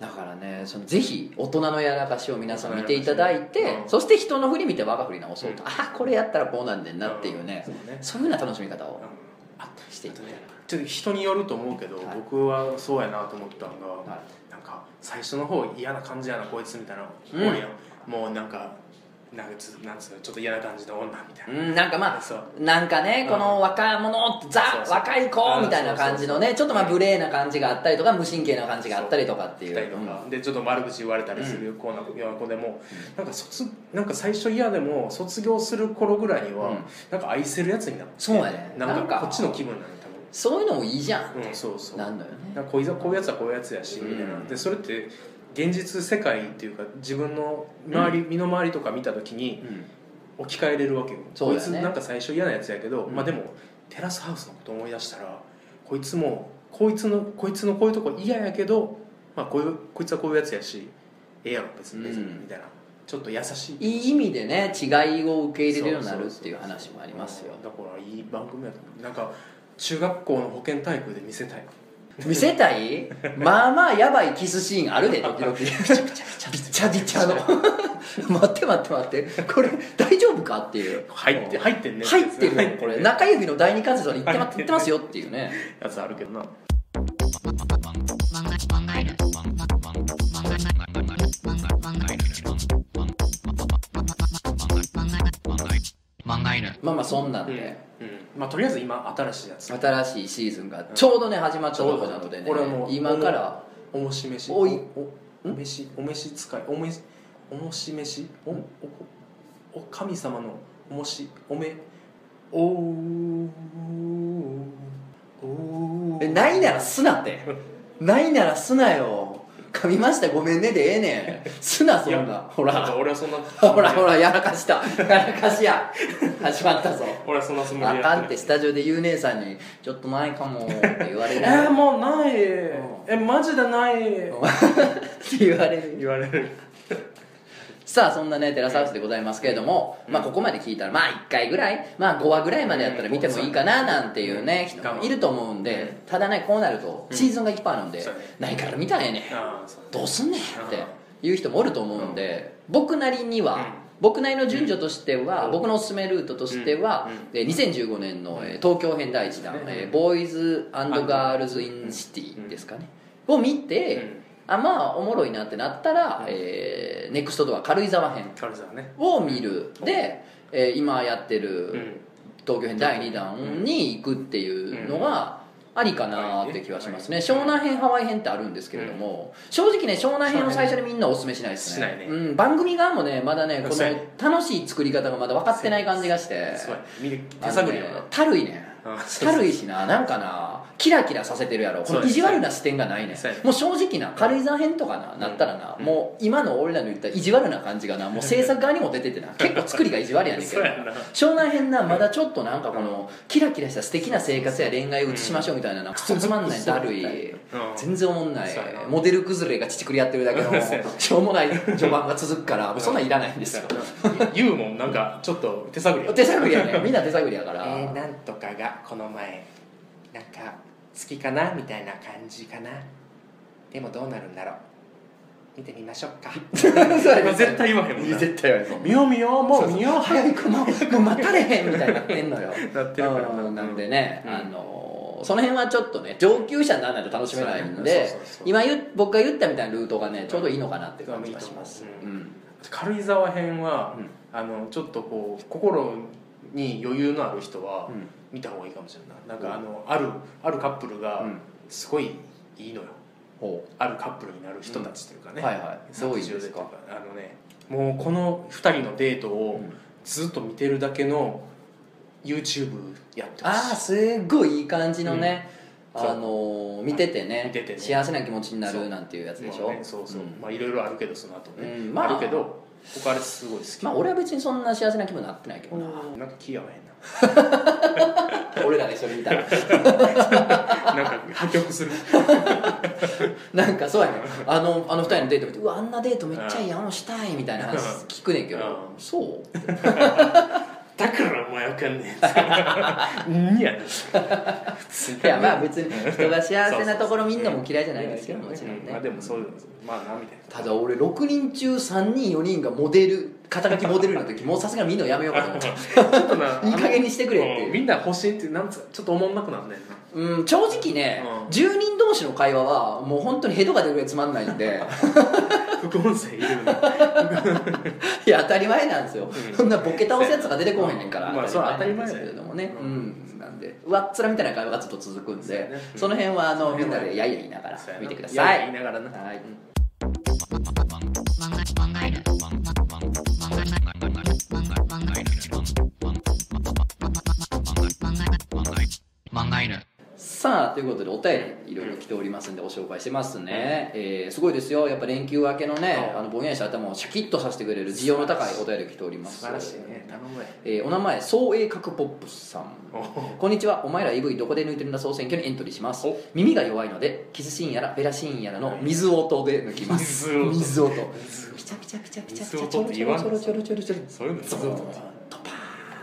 [SPEAKER 2] だからねそのぜひ大人のやらかしを皆さん見ていただいて、
[SPEAKER 1] うん
[SPEAKER 2] そして人の振り見て我が振り直そうと、
[SPEAKER 1] うん
[SPEAKER 2] ああこれやったらこうなんねんなっていうね、
[SPEAKER 1] そうね
[SPEAKER 2] そういうような楽しみ方
[SPEAKER 1] うん
[SPEAKER 2] をしていきたい
[SPEAKER 1] ちょっと人によると思うけど、
[SPEAKER 2] はい
[SPEAKER 1] 僕はそうやなと思ったのが、
[SPEAKER 2] な、はい
[SPEAKER 1] なんか最初の方嫌な感じやなこいつみたいな、
[SPEAKER 2] うん
[SPEAKER 1] おるやんもうなんかなんかつなんつうのちょっと嫌な感じの女みたいな、
[SPEAKER 2] うん、なんかまあ
[SPEAKER 1] そう
[SPEAKER 2] なんかね
[SPEAKER 1] うん
[SPEAKER 2] この若者
[SPEAKER 1] そう
[SPEAKER 2] ザ
[SPEAKER 1] そう
[SPEAKER 2] 若い子みたいな感じのねちょっとまあ無礼な感じがあったりとか無神経な感じがあったりとかってい
[SPEAKER 1] 来
[SPEAKER 2] う
[SPEAKER 1] たりとか、でちょっと悪口言われたりする子な、ような子でもなんか卒なんか最初嫌でも卒業する頃ぐらいには、
[SPEAKER 2] うん
[SPEAKER 1] なんか愛せるやつになって
[SPEAKER 2] そうやね
[SPEAKER 1] な
[SPEAKER 2] なんん
[SPEAKER 1] か
[SPEAKER 2] か
[SPEAKER 1] こっちの気分になる
[SPEAKER 2] そういうのもいいじゃ
[SPEAKER 1] 多分、うん、そうそうん
[SPEAKER 2] な
[SPEAKER 1] なん
[SPEAKER 2] んのよね
[SPEAKER 1] かこいつはこういうやつはこういうやつやし、みたいな
[SPEAKER 2] うん
[SPEAKER 1] でそれって現実世界っていうか自分の周り、身の回りとか見た時に、
[SPEAKER 2] うん
[SPEAKER 1] 置き換えれるわけよ、
[SPEAKER 2] そ
[SPEAKER 1] こ
[SPEAKER 2] うだ
[SPEAKER 1] い
[SPEAKER 2] よ
[SPEAKER 1] つ
[SPEAKER 2] ね
[SPEAKER 1] なんか最初嫌なやつやけど、
[SPEAKER 2] うん
[SPEAKER 1] まあでもテラスハウスのこと思い出したらこいつもこいつのこいつのこういうとこ嫌やけど、まあ、こういうこいつはこういうやつやしええやろ別に別に、
[SPEAKER 2] うん
[SPEAKER 1] みたいなちょっと優しい
[SPEAKER 2] いい意味でね違いを受け入れるようになるっていう話もありますよ
[SPEAKER 1] だからいい番組やと思うなんか中学校の保健体育で見せたい
[SPEAKER 2] 見せたいまあまあやばいキスシーンあ るで時々びちゃびちゃびちゃびちゃの待って待って待ってこれ大丈夫かっていう
[SPEAKER 1] 入って入ってんね
[SPEAKER 2] 入って
[SPEAKER 1] や
[SPEAKER 2] る
[SPEAKER 1] つ
[SPEAKER 2] よこれ中指の第二関節までいってま言ってますよっていうね
[SPEAKER 1] やつあるけどな
[SPEAKER 2] まあまあそんなん
[SPEAKER 1] うん、
[SPEAKER 2] で、
[SPEAKER 1] まあとりあえず今新しいやつ
[SPEAKER 2] 新しいシーズンがちょうどね始まったとこなのでね
[SPEAKER 1] これはもう
[SPEAKER 2] 今から
[SPEAKER 1] おもし飯
[SPEAKER 2] おい
[SPEAKER 1] おお飯お飯使いおめしおもし飯おおお神様のおもしおめおーお
[SPEAKER 2] え
[SPEAKER 1] ー
[SPEAKER 2] ないならすなってないならすなよ噛みましたごめんねでええねんすなそ
[SPEAKER 1] い
[SPEAKER 2] んな
[SPEAKER 1] や
[SPEAKER 2] ほ
[SPEAKER 1] なんから俺はそんな
[SPEAKER 2] ほらほらやらかしたやらかしや始まったぞ
[SPEAKER 1] 俺はそんなつもり
[SPEAKER 2] あかんっ
[SPEAKER 1] ない
[SPEAKER 2] てスタジオでゆう姉さんに「ちょっとないかも」って言われ
[SPEAKER 1] え
[SPEAKER 2] る
[SPEAKER 1] ー、もうない
[SPEAKER 2] ん
[SPEAKER 1] えマジでない
[SPEAKER 2] って言われる
[SPEAKER 1] 言われる
[SPEAKER 2] さあそんなねテラスハウスでございますけれども、
[SPEAKER 1] うん
[SPEAKER 2] まあここまで聞いたらまあ1回ぐらいまあ5話ぐらいまでやったら見てもいいかななんていうね
[SPEAKER 1] うん
[SPEAKER 2] 人もいると思うんでただねこうなると
[SPEAKER 1] うん
[SPEAKER 2] シーズンがいっぱいあるんで
[SPEAKER 1] そうやね
[SPEAKER 2] ないから見たらええねん
[SPEAKER 1] ああそう
[SPEAKER 2] どうすんねんっていう人もおると思うんで僕なりに
[SPEAKER 1] うん
[SPEAKER 2] は僕なりの順序としては
[SPEAKER 1] うん
[SPEAKER 2] 僕のおすすめルートとしては
[SPEAKER 1] うん
[SPEAKER 2] で2015年のえー東京編第1弾
[SPEAKER 1] うん
[SPEAKER 2] 「えーボーイズガールズ・イン・シティ」ですかねを見て、
[SPEAKER 1] うん
[SPEAKER 2] あまあおもろいなってなったら、
[SPEAKER 1] うん
[SPEAKER 2] えーネクストドア軽井沢編
[SPEAKER 1] 軽井沢ね
[SPEAKER 2] を見る
[SPEAKER 1] うん
[SPEAKER 2] で、えー今やって
[SPEAKER 1] う
[SPEAKER 2] る
[SPEAKER 1] ん
[SPEAKER 2] 東京編第2弾に行くっていうのがありかなって気はしますね、
[SPEAKER 1] はい
[SPEAKER 2] 湘南編ハワイ編ってあるんですけれども、正直ね湘南編を最初にみんなおすすめしないですね
[SPEAKER 1] しないね
[SPEAKER 2] うん、番組側もねまだねこ
[SPEAKER 1] そうや
[SPEAKER 2] の楽しい作り方がまだ分かってない感じがして
[SPEAKER 1] すごい見る
[SPEAKER 2] あ
[SPEAKER 1] 手
[SPEAKER 2] の
[SPEAKER 1] 探り
[SPEAKER 2] ね
[SPEAKER 1] やな
[SPEAKER 2] たるいね
[SPEAKER 1] あそう
[SPEAKER 2] たるいしななんかなキラキラさせてるやろこ
[SPEAKER 1] そう
[SPEAKER 2] の
[SPEAKER 1] で
[SPEAKER 2] 意
[SPEAKER 1] す
[SPEAKER 2] 地悪な視点がないね
[SPEAKER 1] そうです
[SPEAKER 2] もう正直な軽井沢編とかな、なったらな、
[SPEAKER 1] うん
[SPEAKER 2] もう今の俺らの言った意地悪な感じがなもう制作側にも出て てな結構作りが意地悪やねんけ
[SPEAKER 1] そ
[SPEAKER 2] ど
[SPEAKER 1] うやな
[SPEAKER 2] 湘南編なまだちょっとなんかこのキラキラした素敵な生活や恋愛を移しましょうみたいななクソつまんないだるい
[SPEAKER 1] うん
[SPEAKER 2] 全然おもんない
[SPEAKER 1] そうやな
[SPEAKER 2] モデル崩れが乳くりやってるだけのしょうもない序盤が続くからもうそんなんいらないんですよ
[SPEAKER 1] 言うもんなんかちょっと手探りや
[SPEAKER 2] 手探りやねみんな手探りやから、
[SPEAKER 1] えーなんとかがこの前なんか好きかなみたいな感じかなでもどうなるんだろう見てみましょうか
[SPEAKER 2] そうやね
[SPEAKER 1] 絶対言わへんもんな
[SPEAKER 2] 絶対言わへんそんな
[SPEAKER 1] 見よう見ようも
[SPEAKER 2] そううそう
[SPEAKER 1] 見よう
[SPEAKER 2] 早い子ももう待たれへんみたいになってんのよ
[SPEAKER 1] なってるからな
[SPEAKER 2] うんなんでね、
[SPEAKER 1] うん
[SPEAKER 2] あのその辺はちょっとね上級者にならないと楽しめないんで
[SPEAKER 1] そうそうそうそう
[SPEAKER 2] 今言う僕が言ったみたいなルートがねちょうどいいのかなっていう感じがします、
[SPEAKER 1] う
[SPEAKER 2] うんん
[SPEAKER 1] 軽井沢編は、
[SPEAKER 2] うん
[SPEAKER 1] あのちょっとこう心に余裕のある人は
[SPEAKER 2] うん
[SPEAKER 1] 見た方がいいかもしれないなんかあのあるあるカップルが
[SPEAKER 2] うん
[SPEAKER 1] すごいいいのよ
[SPEAKER 2] ほ
[SPEAKER 1] あるカップルになる人たちというか
[SPEAKER 2] う
[SPEAKER 1] ね、
[SPEAKER 2] はいはいどういうん
[SPEAKER 1] 30
[SPEAKER 2] ですか
[SPEAKER 1] 代というかあのねもうこの2人のデートをずっと見てるだけの YouTube やって
[SPEAKER 2] ああ
[SPEAKER 1] ほしい
[SPEAKER 2] すっごいいい感じのね、
[SPEAKER 1] うんそう
[SPEAKER 2] あの見ててね
[SPEAKER 1] 見ててね
[SPEAKER 2] 幸せな気持ちになるなんていうやつでしょ
[SPEAKER 1] まあねそうそう、まあいろいろあるけどその後
[SPEAKER 2] うん
[SPEAKER 1] ね、
[SPEAKER 2] まあ
[SPEAKER 1] あるけど僕あれすごい好き
[SPEAKER 2] まあ俺は別にそんな幸せな気分になってないけどな
[SPEAKER 1] なんか気合わ
[SPEAKER 2] 俺らねそれ 見たら
[SPEAKER 1] へんな なんか破局 する
[SPEAKER 2] なんかそうやねあのあの二人のデート見てうわあんなデートめっちゃいいやんしたいみたいな話
[SPEAKER 1] うん
[SPEAKER 2] 聞くねんけ
[SPEAKER 1] う
[SPEAKER 2] ど
[SPEAKER 1] ん
[SPEAKER 2] そう
[SPEAKER 1] だからお前わかん ねえいや
[SPEAKER 2] いやまあ別に人が幸せなところ見んのも嫌いじゃないですよ
[SPEAKER 1] うん
[SPEAKER 2] もちろんね
[SPEAKER 1] まあでもそういうのまあなみたいな
[SPEAKER 2] ただ俺6人中3人4人がモデル肩書きモデルの時もうさすがに見んのやめようかと 思って
[SPEAKER 1] ちょっとな
[SPEAKER 2] いい加減にしてくれっていう
[SPEAKER 1] うんみんな欲しいってなんつうかちょっとおもんなくなんねんな
[SPEAKER 2] うん、正直ね、
[SPEAKER 1] うん
[SPEAKER 2] 10人同士の会話はもう本当にヘドが出るぐらいつまんないんで
[SPEAKER 1] 副音声いるの
[SPEAKER 2] いや当たり前なんですよ、
[SPEAKER 1] ん
[SPEAKER 2] そんなボケ倒すやつが出てこへんねんから、
[SPEAKER 1] まあそれは
[SPEAKER 2] なんですけれどもね、う
[SPEAKER 1] 当たり前だよ
[SPEAKER 2] んなんでうわっつらみたいな会話がずっと続くんでそ
[SPEAKER 1] そうやねうん
[SPEAKER 2] の辺はあの
[SPEAKER 1] そう
[SPEAKER 2] み
[SPEAKER 1] やね
[SPEAKER 2] んなでやいや言いながら
[SPEAKER 1] そうやな
[SPEAKER 2] 見てください
[SPEAKER 1] や言いながらな
[SPEAKER 2] はいさあということでお便りいろいろ来ておりますんでご紹介してますね、えーすごいですよやっぱ連休明けのね
[SPEAKER 1] うん
[SPEAKER 2] あのぼんやりした頭をシャキッとさせてくれる需要の高いお便りが来ております
[SPEAKER 1] 素晴らしいね頼むわよ
[SPEAKER 2] えーお名前総鋭角ポップスさん
[SPEAKER 1] お
[SPEAKER 2] こんにちはお前ら EV どこで抜いてるんだ総選挙にエントリーします
[SPEAKER 1] お
[SPEAKER 2] 耳が弱いのでキスシーンやらベラシーンやらの水音で抜きます
[SPEAKER 1] 水音
[SPEAKER 2] 水音
[SPEAKER 1] 水音
[SPEAKER 2] ピチャピチャピチャピチャ
[SPEAKER 1] 水
[SPEAKER 2] ピチャ
[SPEAKER 1] 音
[SPEAKER 2] ちょろちょろちょろちょろちょろちょろ
[SPEAKER 1] そういうの
[SPEAKER 2] ゾ
[SPEAKER 1] 水
[SPEAKER 2] ーン
[SPEAKER 1] 音
[SPEAKER 2] と
[SPEAKER 1] って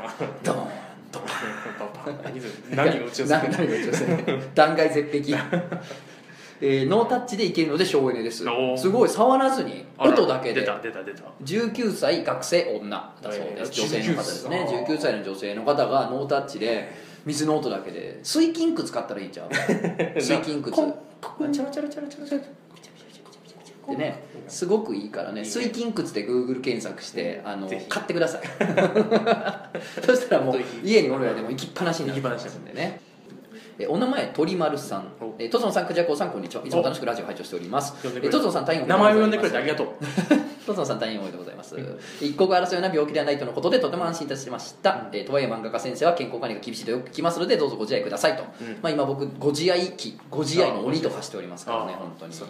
[SPEAKER 2] パーンドーンとパ
[SPEAKER 1] 何それ
[SPEAKER 2] ーン
[SPEAKER 1] 何を打ち寄せ
[SPEAKER 2] 何を打ち寄せる断崖絶壁 えーノータッチでいけるので省エネです
[SPEAKER 1] おー
[SPEAKER 2] すごい触らずに
[SPEAKER 1] あら
[SPEAKER 2] 音だけで
[SPEAKER 1] 出た出た出た
[SPEAKER 2] 19歳学生女だそうです、
[SPEAKER 1] えー
[SPEAKER 2] 女性の方ですね
[SPEAKER 1] 19
[SPEAKER 2] 19歳の女性の方がノータッチで水の音だけで水筋靴買ったらいい んちゃう水筋靴
[SPEAKER 1] こんこん
[SPEAKER 2] チャラチャラチャラチャラチャラピチャピチャピチャピチャピチャでねすごくいいからね
[SPEAKER 1] いいね
[SPEAKER 2] 水筋靴で Google 検索してあの
[SPEAKER 1] ぜひ
[SPEAKER 2] 買ってください そしたらもう
[SPEAKER 1] ぜひ
[SPEAKER 2] 家に俺らでも行きっぱなしにな
[SPEAKER 1] 行
[SPEAKER 2] る
[SPEAKER 1] きっぱなし
[SPEAKER 2] んでねえお名前鳥丸さん
[SPEAKER 1] お
[SPEAKER 2] えとつのさんくじゃこさんこんにちはいつも楽しくラジオ拝聴しております
[SPEAKER 1] 呼んでく
[SPEAKER 2] え
[SPEAKER 1] れ
[SPEAKER 2] とつのさん大変おめで
[SPEAKER 1] 名
[SPEAKER 2] とうご
[SPEAKER 1] 前を
[SPEAKER 2] ざいます
[SPEAKER 1] 呼んでくれてありがとう
[SPEAKER 2] トツノさん大変おめでとうございます一刻を争うような病気ではないとのことでとても安心いたしました、えーとはいえ漫画家先生は健康管理が厳しいとよく聞きますのでどうぞご自愛くださいと、
[SPEAKER 1] うん
[SPEAKER 2] まあ、今僕ご自愛期ご自愛の鬼と化しておりますからね
[SPEAKER 1] あー
[SPEAKER 2] 本当に
[SPEAKER 1] そう、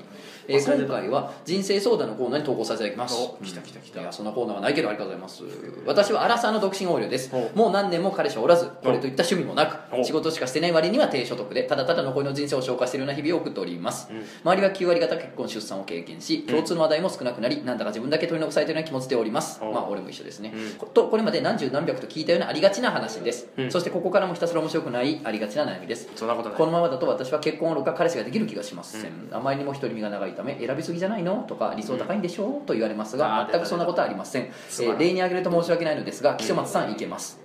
[SPEAKER 2] えー今回は人生相談のコーナーに投稿させていただきます
[SPEAKER 1] お来た来た来た
[SPEAKER 2] いやそのコーナーはないけどありがとうございます私はアラサーの独身横領です
[SPEAKER 1] お
[SPEAKER 2] もう何年も彼氏はおらずこれといった趣味もなく
[SPEAKER 1] お
[SPEAKER 2] 仕事しかしてない割には低所得でただただ残りの人生を消化しているような日々を送っております、
[SPEAKER 1] うん
[SPEAKER 2] 周りは9割方結婚出産を経験し共通の話題も少なくなり、なんだか自分だけ取り残されているような気持ちでおります
[SPEAKER 1] お
[SPEAKER 2] まあ俺も一緒ですね、
[SPEAKER 1] うん
[SPEAKER 2] ことこれまで何十何百と聞いたようなありがちな話です、
[SPEAKER 1] うん
[SPEAKER 2] そしてここからもひたすら面白くないありがちな悩みです
[SPEAKER 1] そんなことない
[SPEAKER 2] このままだと私は結婚おろか彼氏ができる気がしません、あまりにも独り身が長いため選びすぎじゃないのとか理想高いんでしょう、と言われます
[SPEAKER 1] あ
[SPEAKER 2] が
[SPEAKER 1] ー
[SPEAKER 2] 全くそんなことはありません、え
[SPEAKER 1] 素晴らし
[SPEAKER 2] ー
[SPEAKER 1] い
[SPEAKER 2] 例に挙げると申し訳ないのですが岸松さんいけます、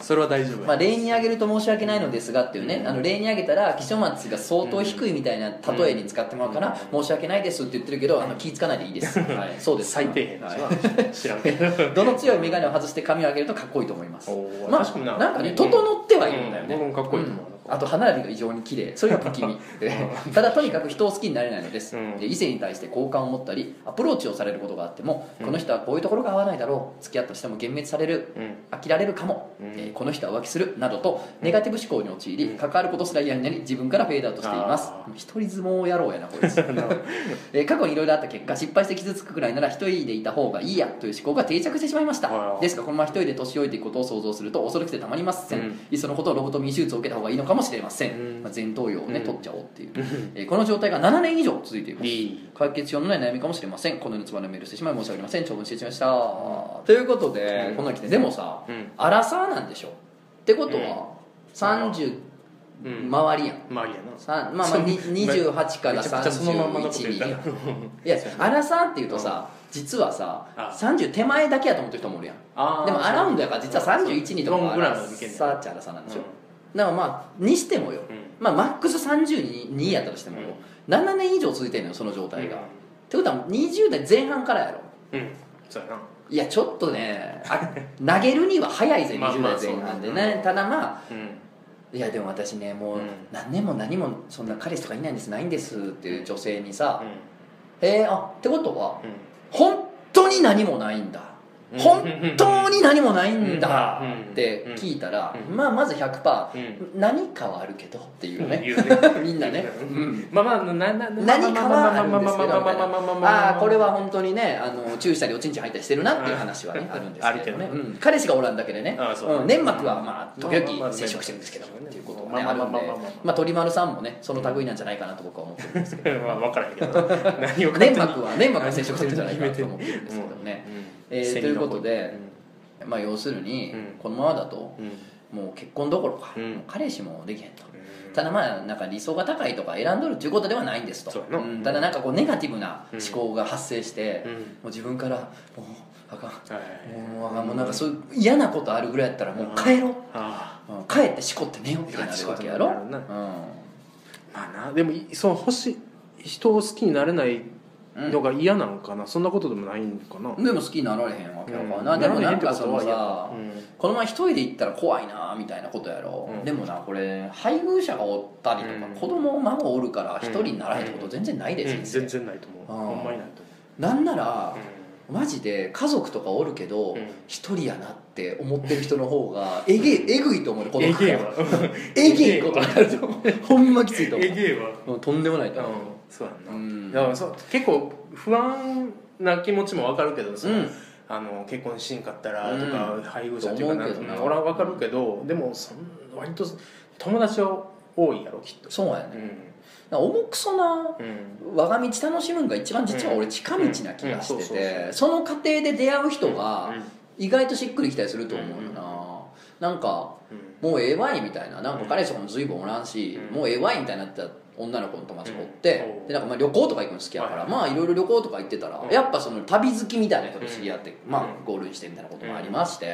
[SPEAKER 1] それは大丈夫
[SPEAKER 2] まあ、例に挙げると申し訳ないのですがっていうね、あの例に挙げたら気象松が相当低いみたいな例えに使ってもらうから、申し訳ないですって言ってるけどあの気ぃつかないでいいです、はい、そうです
[SPEAKER 1] 最低限で
[SPEAKER 2] は
[SPEAKER 1] し
[SPEAKER 2] い
[SPEAKER 1] ょ知らんけど
[SPEAKER 2] どの強い眼鏡を外して髪を上げるとかっこいいと思います
[SPEAKER 1] おー
[SPEAKER 2] まあ
[SPEAKER 1] 確かにな
[SPEAKER 2] なんかね整ってはいるんだよね、
[SPEAKER 1] うん僕もかっこいいと思う
[SPEAKER 2] うんあと歯並びが異常に綺麗それが不気味ただとにかく人を好きになれないのです、
[SPEAKER 1] うん
[SPEAKER 2] で異性に対して好感を持ったりアプローチをされることがあっても、この人はこういうところが合わないだろう付き合ったとしても幻滅される
[SPEAKER 1] うん
[SPEAKER 2] 飽きられるかも、
[SPEAKER 1] うん
[SPEAKER 2] えーこの人は浮気するなどとネガティブ思考に陥り、
[SPEAKER 1] うん
[SPEAKER 2] 関わることすら嫌になり自分からフェードアウトしています
[SPEAKER 1] あ
[SPEAKER 2] 一人相撲野郎や なこいつ、えー過去にいろいろあった結果失敗して傷つくくらいなら一人でいた方がいいやという思考が定着してしまいました
[SPEAKER 1] あら
[SPEAKER 2] ですがこのまま一人で年老いていくことを想像すると恐ろしくてたまりません、
[SPEAKER 1] うん
[SPEAKER 2] いっそのことをロボトミー手術を受けた方がいいのかもしれません、
[SPEAKER 1] うん
[SPEAKER 2] まあ、前頭葉をね、
[SPEAKER 1] うん
[SPEAKER 2] 取っちゃおうっていう、
[SPEAKER 1] ん
[SPEAKER 2] えーこの状態が7年以上続いています
[SPEAKER 1] いい
[SPEAKER 2] 解決用のない悩みかもしれませんこのようなつまらないメールをしてしまい申し訳ありません長文してしまいました、ということで、
[SPEAKER 1] うん
[SPEAKER 2] こんなに来てでもさ、
[SPEAKER 1] うん
[SPEAKER 2] アラサーなんでしょってことは、30
[SPEAKER 1] うん
[SPEAKER 2] 周りやん、
[SPEAKER 1] まあいいやな
[SPEAKER 2] さんまあまあに28から
[SPEAKER 1] めちゃくちゃそのまんまのこと
[SPEAKER 2] 31
[SPEAKER 1] 言
[SPEAKER 2] に
[SPEAKER 1] った
[SPEAKER 2] い
[SPEAKER 1] な
[SPEAKER 2] やアラサーっていうとさ、実はさ
[SPEAKER 1] あ
[SPEAKER 2] 30手前だけやと思ってる人もおるやん
[SPEAKER 1] あー
[SPEAKER 2] でもアラウンドやから実は31にとか
[SPEAKER 1] ロン
[SPEAKER 2] は
[SPEAKER 1] グランの意見ね
[SPEAKER 2] サーチャラサーなんでしょ、
[SPEAKER 1] うん
[SPEAKER 2] だからまあにしてもよ、
[SPEAKER 1] うん
[SPEAKER 2] まあ、マックス30に2やったとしてもよ、7年以上続いてんのよその状態が、
[SPEAKER 1] うん
[SPEAKER 2] ってことは20代前半からやろ
[SPEAKER 1] うんそうやない
[SPEAKER 2] やちょっとね あ投げるには早いぜ
[SPEAKER 1] まあ
[SPEAKER 2] 20
[SPEAKER 1] まあ
[SPEAKER 2] 代前半で
[SPEAKER 1] そ
[SPEAKER 2] ね、
[SPEAKER 1] うだね
[SPEAKER 2] ただまあ
[SPEAKER 1] うん
[SPEAKER 2] いやでも私ねもう
[SPEAKER 1] うん
[SPEAKER 2] 何年も何もそんな彼氏とかいないんですないんですっていう女性にさ
[SPEAKER 1] うん
[SPEAKER 2] 「へえあってことは
[SPEAKER 1] うん
[SPEAKER 2] 本当に何もないんだ
[SPEAKER 1] うん
[SPEAKER 2] 本当に何もないんだ
[SPEAKER 1] うんうん
[SPEAKER 2] って聞いたら、
[SPEAKER 1] うん
[SPEAKER 2] まあまず100%
[SPEAKER 1] うん
[SPEAKER 2] 何かはあるけどっていうね、
[SPEAKER 1] 言うね
[SPEAKER 2] みんなね、
[SPEAKER 1] う
[SPEAKER 2] うん
[SPEAKER 1] まあまあななな
[SPEAKER 2] 何かはあるんですけどみたいなああこれ
[SPEAKER 1] は
[SPEAKER 2] は本当にねあの注意したりおちんちん入ったりしてるなっていう話はね
[SPEAKER 1] うん
[SPEAKER 2] あるんですけどね
[SPEAKER 1] あるけど
[SPEAKER 2] うん彼氏がおらんだけでね
[SPEAKER 1] ああそう
[SPEAKER 2] うん粘膜はまあ時
[SPEAKER 1] まあまあま
[SPEAKER 2] 々
[SPEAKER 1] あ
[SPEAKER 2] 接触してるんですけどっていうことはね
[SPEAKER 1] ま
[SPEAKER 2] あ
[SPEAKER 1] あま
[SPEAKER 2] る
[SPEAKER 1] あ
[SPEAKER 2] ん
[SPEAKER 1] ま
[SPEAKER 2] で
[SPEAKER 1] あまあまあ
[SPEAKER 2] まあ鳥丸さんもねその類いなんじゃないかなと僕は思ってるんですけど
[SPEAKER 1] まあ分からへんけど何を勝手に
[SPEAKER 2] 粘膜は粘膜が接触してるんじゃないかなと思ってるんですけどね、
[SPEAKER 1] うん
[SPEAKER 2] えー
[SPEAKER 1] 線
[SPEAKER 2] とい
[SPEAKER 1] に
[SPEAKER 2] う
[SPEAKER 1] 残
[SPEAKER 2] こ
[SPEAKER 1] る
[SPEAKER 2] とでまあ要するに
[SPEAKER 1] うん
[SPEAKER 2] このままだと
[SPEAKER 1] うんうん
[SPEAKER 2] もう結婚どころか、
[SPEAKER 1] うん
[SPEAKER 2] もう彼氏もできへんと、
[SPEAKER 1] うん
[SPEAKER 2] ただまあなんか理想が高いとか選んどるっていうことではないんですと
[SPEAKER 1] そうやなん
[SPEAKER 2] ただなんかこうネガティブな思考が発生して、
[SPEAKER 1] うん
[SPEAKER 2] もう自分からもうあかん
[SPEAKER 1] はい
[SPEAKER 2] もうもうあかんもうなんかそういう嫌なことあるぐらいやったらもう帰ろう、
[SPEAKER 1] あ
[SPEAKER 2] うん帰ってしこって寝ようってなるわけやろ、
[SPEAKER 1] いやしこって寝る
[SPEAKER 2] う、
[SPEAKER 1] あまあなでもいその欲しい人を好きになれないのが嫌なのかなそんなことでもないのかなん
[SPEAKER 2] でも好きになられへんわけやからな、
[SPEAKER 1] うん
[SPEAKER 2] でも
[SPEAKER 1] なら
[SPEAKER 2] な
[SPEAKER 1] れへん
[SPEAKER 2] ん
[SPEAKER 1] ってこ
[SPEAKER 2] かそ
[SPEAKER 1] と
[SPEAKER 2] の
[SPEAKER 1] は嫌だ
[SPEAKER 2] さ、
[SPEAKER 1] うん
[SPEAKER 2] この前一人で行ったら怖いなみたいなことやろ、
[SPEAKER 1] うん
[SPEAKER 2] でもなこれ配偶者がおったりとか、
[SPEAKER 1] うん
[SPEAKER 2] 子供孫おるから一人にならへんってこと全然ないで、
[SPEAKER 1] うん
[SPEAKER 2] 人生
[SPEAKER 1] 全然ないと思う
[SPEAKER 2] あー
[SPEAKER 1] ほんまにないと
[SPEAKER 2] なんなら
[SPEAKER 1] 思う、
[SPEAKER 2] マジで家族とかおるけど
[SPEAKER 1] うん
[SPEAKER 2] 一、人やなって思ってる人の方がえげえぐいと思うよ子
[SPEAKER 1] うんえ
[SPEAKER 2] 供
[SPEAKER 1] げえわ
[SPEAKER 2] えげえことになると思うほんまきついと思
[SPEAKER 1] えげえわ
[SPEAKER 2] ううんとんでもないと
[SPEAKER 1] うん
[SPEAKER 2] 思
[SPEAKER 1] そうやんな
[SPEAKER 2] う、うん
[SPEAKER 1] だからそう結構不安な気持ちも分かるけどさ、
[SPEAKER 2] うん
[SPEAKER 1] あの結婚しんかったらとか、
[SPEAKER 2] うん
[SPEAKER 1] 配偶者とかなん
[SPEAKER 2] と
[SPEAKER 1] と
[SPEAKER 2] 思うけどな
[SPEAKER 1] か俺は分かるけどでもそん割と友達は多いやろきっと
[SPEAKER 2] そうや
[SPEAKER 1] う
[SPEAKER 2] ね
[SPEAKER 1] ん
[SPEAKER 2] だから重くそな
[SPEAKER 1] うん
[SPEAKER 2] 我が道楽しむんが一番実は俺近道な気がして
[SPEAKER 1] うんうんうん
[SPEAKER 2] てその過程で出会う人が意外としっくりきたりすると思うよ
[SPEAKER 1] う
[SPEAKER 2] ななんかもうええわいみたいななんか彼氏とかも随分おらんし、
[SPEAKER 1] うん
[SPEAKER 2] もうええわいみたいになってた女の子の友達がおって、
[SPEAKER 1] うん
[SPEAKER 2] でなんかまあ旅行とか行くの好きやから、
[SPEAKER 1] はい
[SPEAKER 2] まあいろいろ旅行とか行ってたら、
[SPEAKER 1] うん
[SPEAKER 2] やっぱその旅好きみたいな人と知り合って、
[SPEAKER 1] うん
[SPEAKER 2] まあ
[SPEAKER 1] うん
[SPEAKER 2] ゴールインしてみたいなこともありまして、や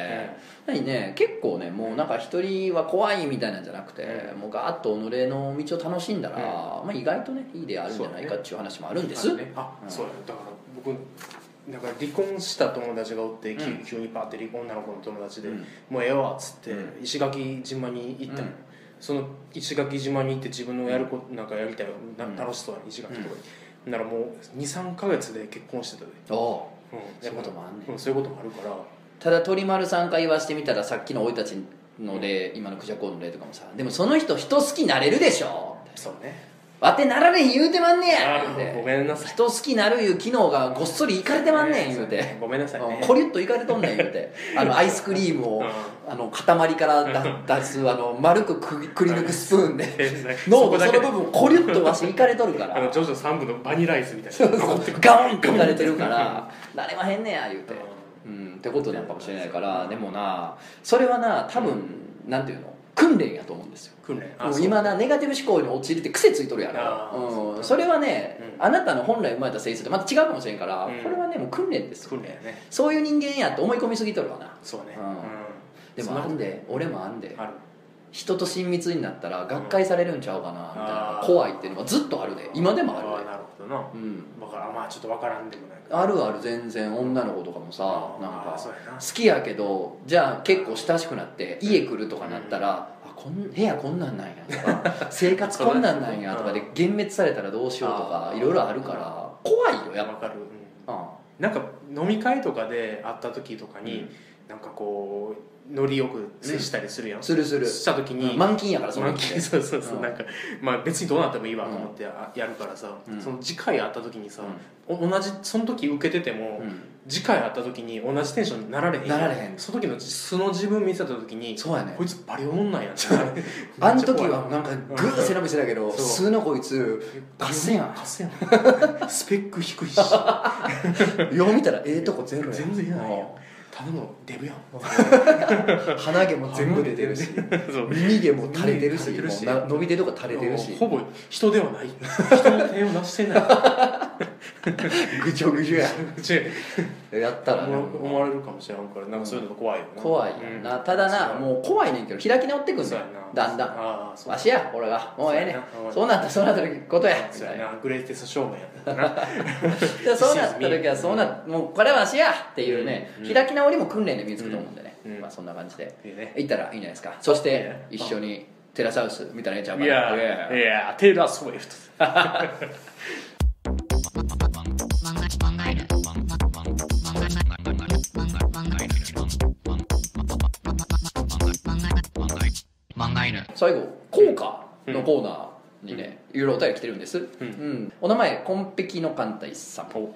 [SPEAKER 2] はりね結構ねもうなんか一人は怖いみたいなんじゃなくて、
[SPEAKER 1] う
[SPEAKER 2] もうガーッと己の道を楽しんだら、
[SPEAKER 1] うん
[SPEAKER 2] まあ、意外とねいい出会いあるんじゃないかっていう話もあるんです、
[SPEAKER 1] ねあ
[SPEAKER 2] うん
[SPEAKER 1] そうやだから僕だから離婚した友達がおって、急
[SPEAKER 2] うん
[SPEAKER 1] 急にパーって離婚女の子の友達で、
[SPEAKER 2] うん
[SPEAKER 1] もうええわっつって、
[SPEAKER 2] う
[SPEAKER 1] 石垣島に行ったの、
[SPEAKER 2] うん
[SPEAKER 1] その石垣島に行って自分のやることなんかやりたい、な
[SPEAKER 2] うん
[SPEAKER 1] 楽しそうや石垣とかに、ならもう23か月で結婚してたで、
[SPEAKER 2] おう
[SPEAKER 1] うん
[SPEAKER 2] そういうこともあんねん
[SPEAKER 1] うそういうこともあるから
[SPEAKER 2] ただ鳥丸さんから言わしてみたらさっきの生い立ちの例、今のクジャコウの例とかもさでもその人人好きになれるでしょ
[SPEAKER 1] そうね
[SPEAKER 2] わてなられへん言うてまんねや
[SPEAKER 1] あ
[SPEAKER 2] 言う
[SPEAKER 1] ーご
[SPEAKER 2] て
[SPEAKER 1] めんなさい
[SPEAKER 2] 人好きなるいう機能がごっそりいかれてまんねん言うて
[SPEAKER 1] ごめんなさいね
[SPEAKER 2] うんコリュッといかれとんねん 言うてあのアイスクリームをあの塊からだ出すあの丸くくくり抜くスプーンで脳
[SPEAKER 1] そこ
[SPEAKER 2] の
[SPEAKER 1] だ
[SPEAKER 2] そ
[SPEAKER 1] け
[SPEAKER 2] の
[SPEAKER 1] で
[SPEAKER 2] 部分コリュッとわしいかれとるか
[SPEAKER 1] あ
[SPEAKER 2] ら
[SPEAKER 1] のジョジョ3部のバニラアイスみたいな
[SPEAKER 2] そうそう
[SPEAKER 1] 残ってくる
[SPEAKER 2] ガーンっていかれてるからなれまへんねや言うてうん、ってことなんかもしれないからでもなそれはな多分、なんていうの訓練やと思うんですよ
[SPEAKER 1] 訓練
[SPEAKER 2] もう今なネガティブ思考に陥るって癖ついとるや
[SPEAKER 1] あー
[SPEAKER 2] ろ、う
[SPEAKER 1] そ
[SPEAKER 2] ん、
[SPEAKER 1] う
[SPEAKER 2] それはね、
[SPEAKER 1] うん
[SPEAKER 2] あなたの本来生まれた性質とまた違うかもしれんから、
[SPEAKER 1] うん
[SPEAKER 2] これはねもう訓練ですよ
[SPEAKER 1] 訓練やね
[SPEAKER 2] そういう人間やって思い込みすぎとるわな
[SPEAKER 1] そうね
[SPEAKER 2] う
[SPEAKER 1] うんん
[SPEAKER 2] で
[SPEAKER 1] そん
[SPEAKER 2] も
[SPEAKER 1] な
[SPEAKER 2] あ
[SPEAKER 1] こ
[SPEAKER 2] ん
[SPEAKER 1] と
[SPEAKER 2] で俺もあんで
[SPEAKER 1] ある
[SPEAKER 2] 人と親密になったら学会されるんちゃうかなみたいな
[SPEAKER 1] あー
[SPEAKER 2] 怖いっていうのはずっとあるで今でもあ
[SPEAKER 1] あ
[SPEAKER 2] る
[SPEAKER 1] ーなるほどな
[SPEAKER 2] でうん
[SPEAKER 1] わからんまあちょっとわからんでもないけど
[SPEAKER 2] あるある全然女の子とかもさなん
[SPEAKER 1] あー
[SPEAKER 2] か
[SPEAKER 1] そうやな
[SPEAKER 2] 好きやけどじゃあ結構親しくなって家来るとかなったら、あこん部屋こんなんなんやとか 生活こんなんなんやとかで幻滅されたらどうしようとか
[SPEAKER 1] あー
[SPEAKER 2] いろいろあるから怖いよやっ
[SPEAKER 1] わかるうん
[SPEAKER 2] ぱ、
[SPEAKER 1] なんか飲み会とかで会った時とか
[SPEAKER 2] う
[SPEAKER 1] に
[SPEAKER 2] ん
[SPEAKER 1] なんかこうノリよく接したりするやん
[SPEAKER 2] するする
[SPEAKER 1] した時に
[SPEAKER 2] 満勤やからその
[SPEAKER 1] 満勤
[SPEAKER 2] 時
[SPEAKER 1] そうそうそう、
[SPEAKER 2] うん
[SPEAKER 1] なんかまあ別にどうなってもいいわと思ってあやるからさ、
[SPEAKER 2] うん
[SPEAKER 1] その次回会った時にさ、お同じその時受けてても、
[SPEAKER 2] うん
[SPEAKER 1] 次回会った時に同じテンションになられへんや
[SPEAKER 2] なられへん
[SPEAKER 1] その時の素の自分見せた時に、
[SPEAKER 2] そうやね
[SPEAKER 1] こいつバリおもんなんやってなる めっちゃ怖
[SPEAKER 2] あ
[SPEAKER 1] い
[SPEAKER 2] ん時はなんかグーッと背伸びしてたけど
[SPEAKER 1] そう
[SPEAKER 2] 数のこいつガスやん
[SPEAKER 1] カスや んスペック低い し
[SPEAKER 2] よう見たらええとこ全部
[SPEAKER 1] 全然ないやんただのデブやん
[SPEAKER 2] 鼻毛も 全部出てるし
[SPEAKER 1] そう
[SPEAKER 2] 耳毛も垂れてるし
[SPEAKER 1] 垂れてるし
[SPEAKER 2] もうな伸びてるとか垂れてるし
[SPEAKER 1] ほぼ人ではない人の手を出 してない
[SPEAKER 2] ぐちょぐちょや
[SPEAKER 1] 違う
[SPEAKER 2] やったらね
[SPEAKER 1] 思わ思われるかもしれんからなんかそういうのが怖いよな
[SPEAKER 2] 怖いよな、ただな
[SPEAKER 1] う
[SPEAKER 2] もう怖いねんけど開き直ってく
[SPEAKER 1] ん
[SPEAKER 2] ん
[SPEAKER 1] そ
[SPEAKER 2] だ
[SPEAKER 1] う
[SPEAKER 2] よ
[SPEAKER 1] やな
[SPEAKER 2] だんだん
[SPEAKER 1] ああそう
[SPEAKER 2] わしや俺はもうええねん
[SPEAKER 1] そうやな
[SPEAKER 2] そうなったらそうなった時ことやみ
[SPEAKER 1] そう
[SPEAKER 2] た
[SPEAKER 1] や
[SPEAKER 2] いな
[SPEAKER 1] なグレイテストショーマンやな
[SPEAKER 2] で そうなった時はそうなもうこれはわしやっていうね、
[SPEAKER 1] うん
[SPEAKER 2] 開き直りも訓練で身につくと思うんでね、
[SPEAKER 1] うん
[SPEAKER 2] まあそんな感じで
[SPEAKER 1] いいね
[SPEAKER 2] 行ったらいいんじゃないですかそし
[SPEAKER 1] いい
[SPEAKER 2] て
[SPEAKER 1] ね
[SPEAKER 2] 一緒にテラサウス見たらええんちゃうか
[SPEAKER 1] い
[SPEAKER 2] な
[SPEAKER 1] や
[SPEAKER 2] イエーイ
[SPEAKER 1] いやテイラー・スウィフト
[SPEAKER 3] 漫画漫画漫画漫画漫画漫画漫画
[SPEAKER 2] 最後効果のコーナーにね、いろいろお便り来てるんです、
[SPEAKER 1] うん
[SPEAKER 2] お名前コンペキの艦隊さん
[SPEAKER 1] お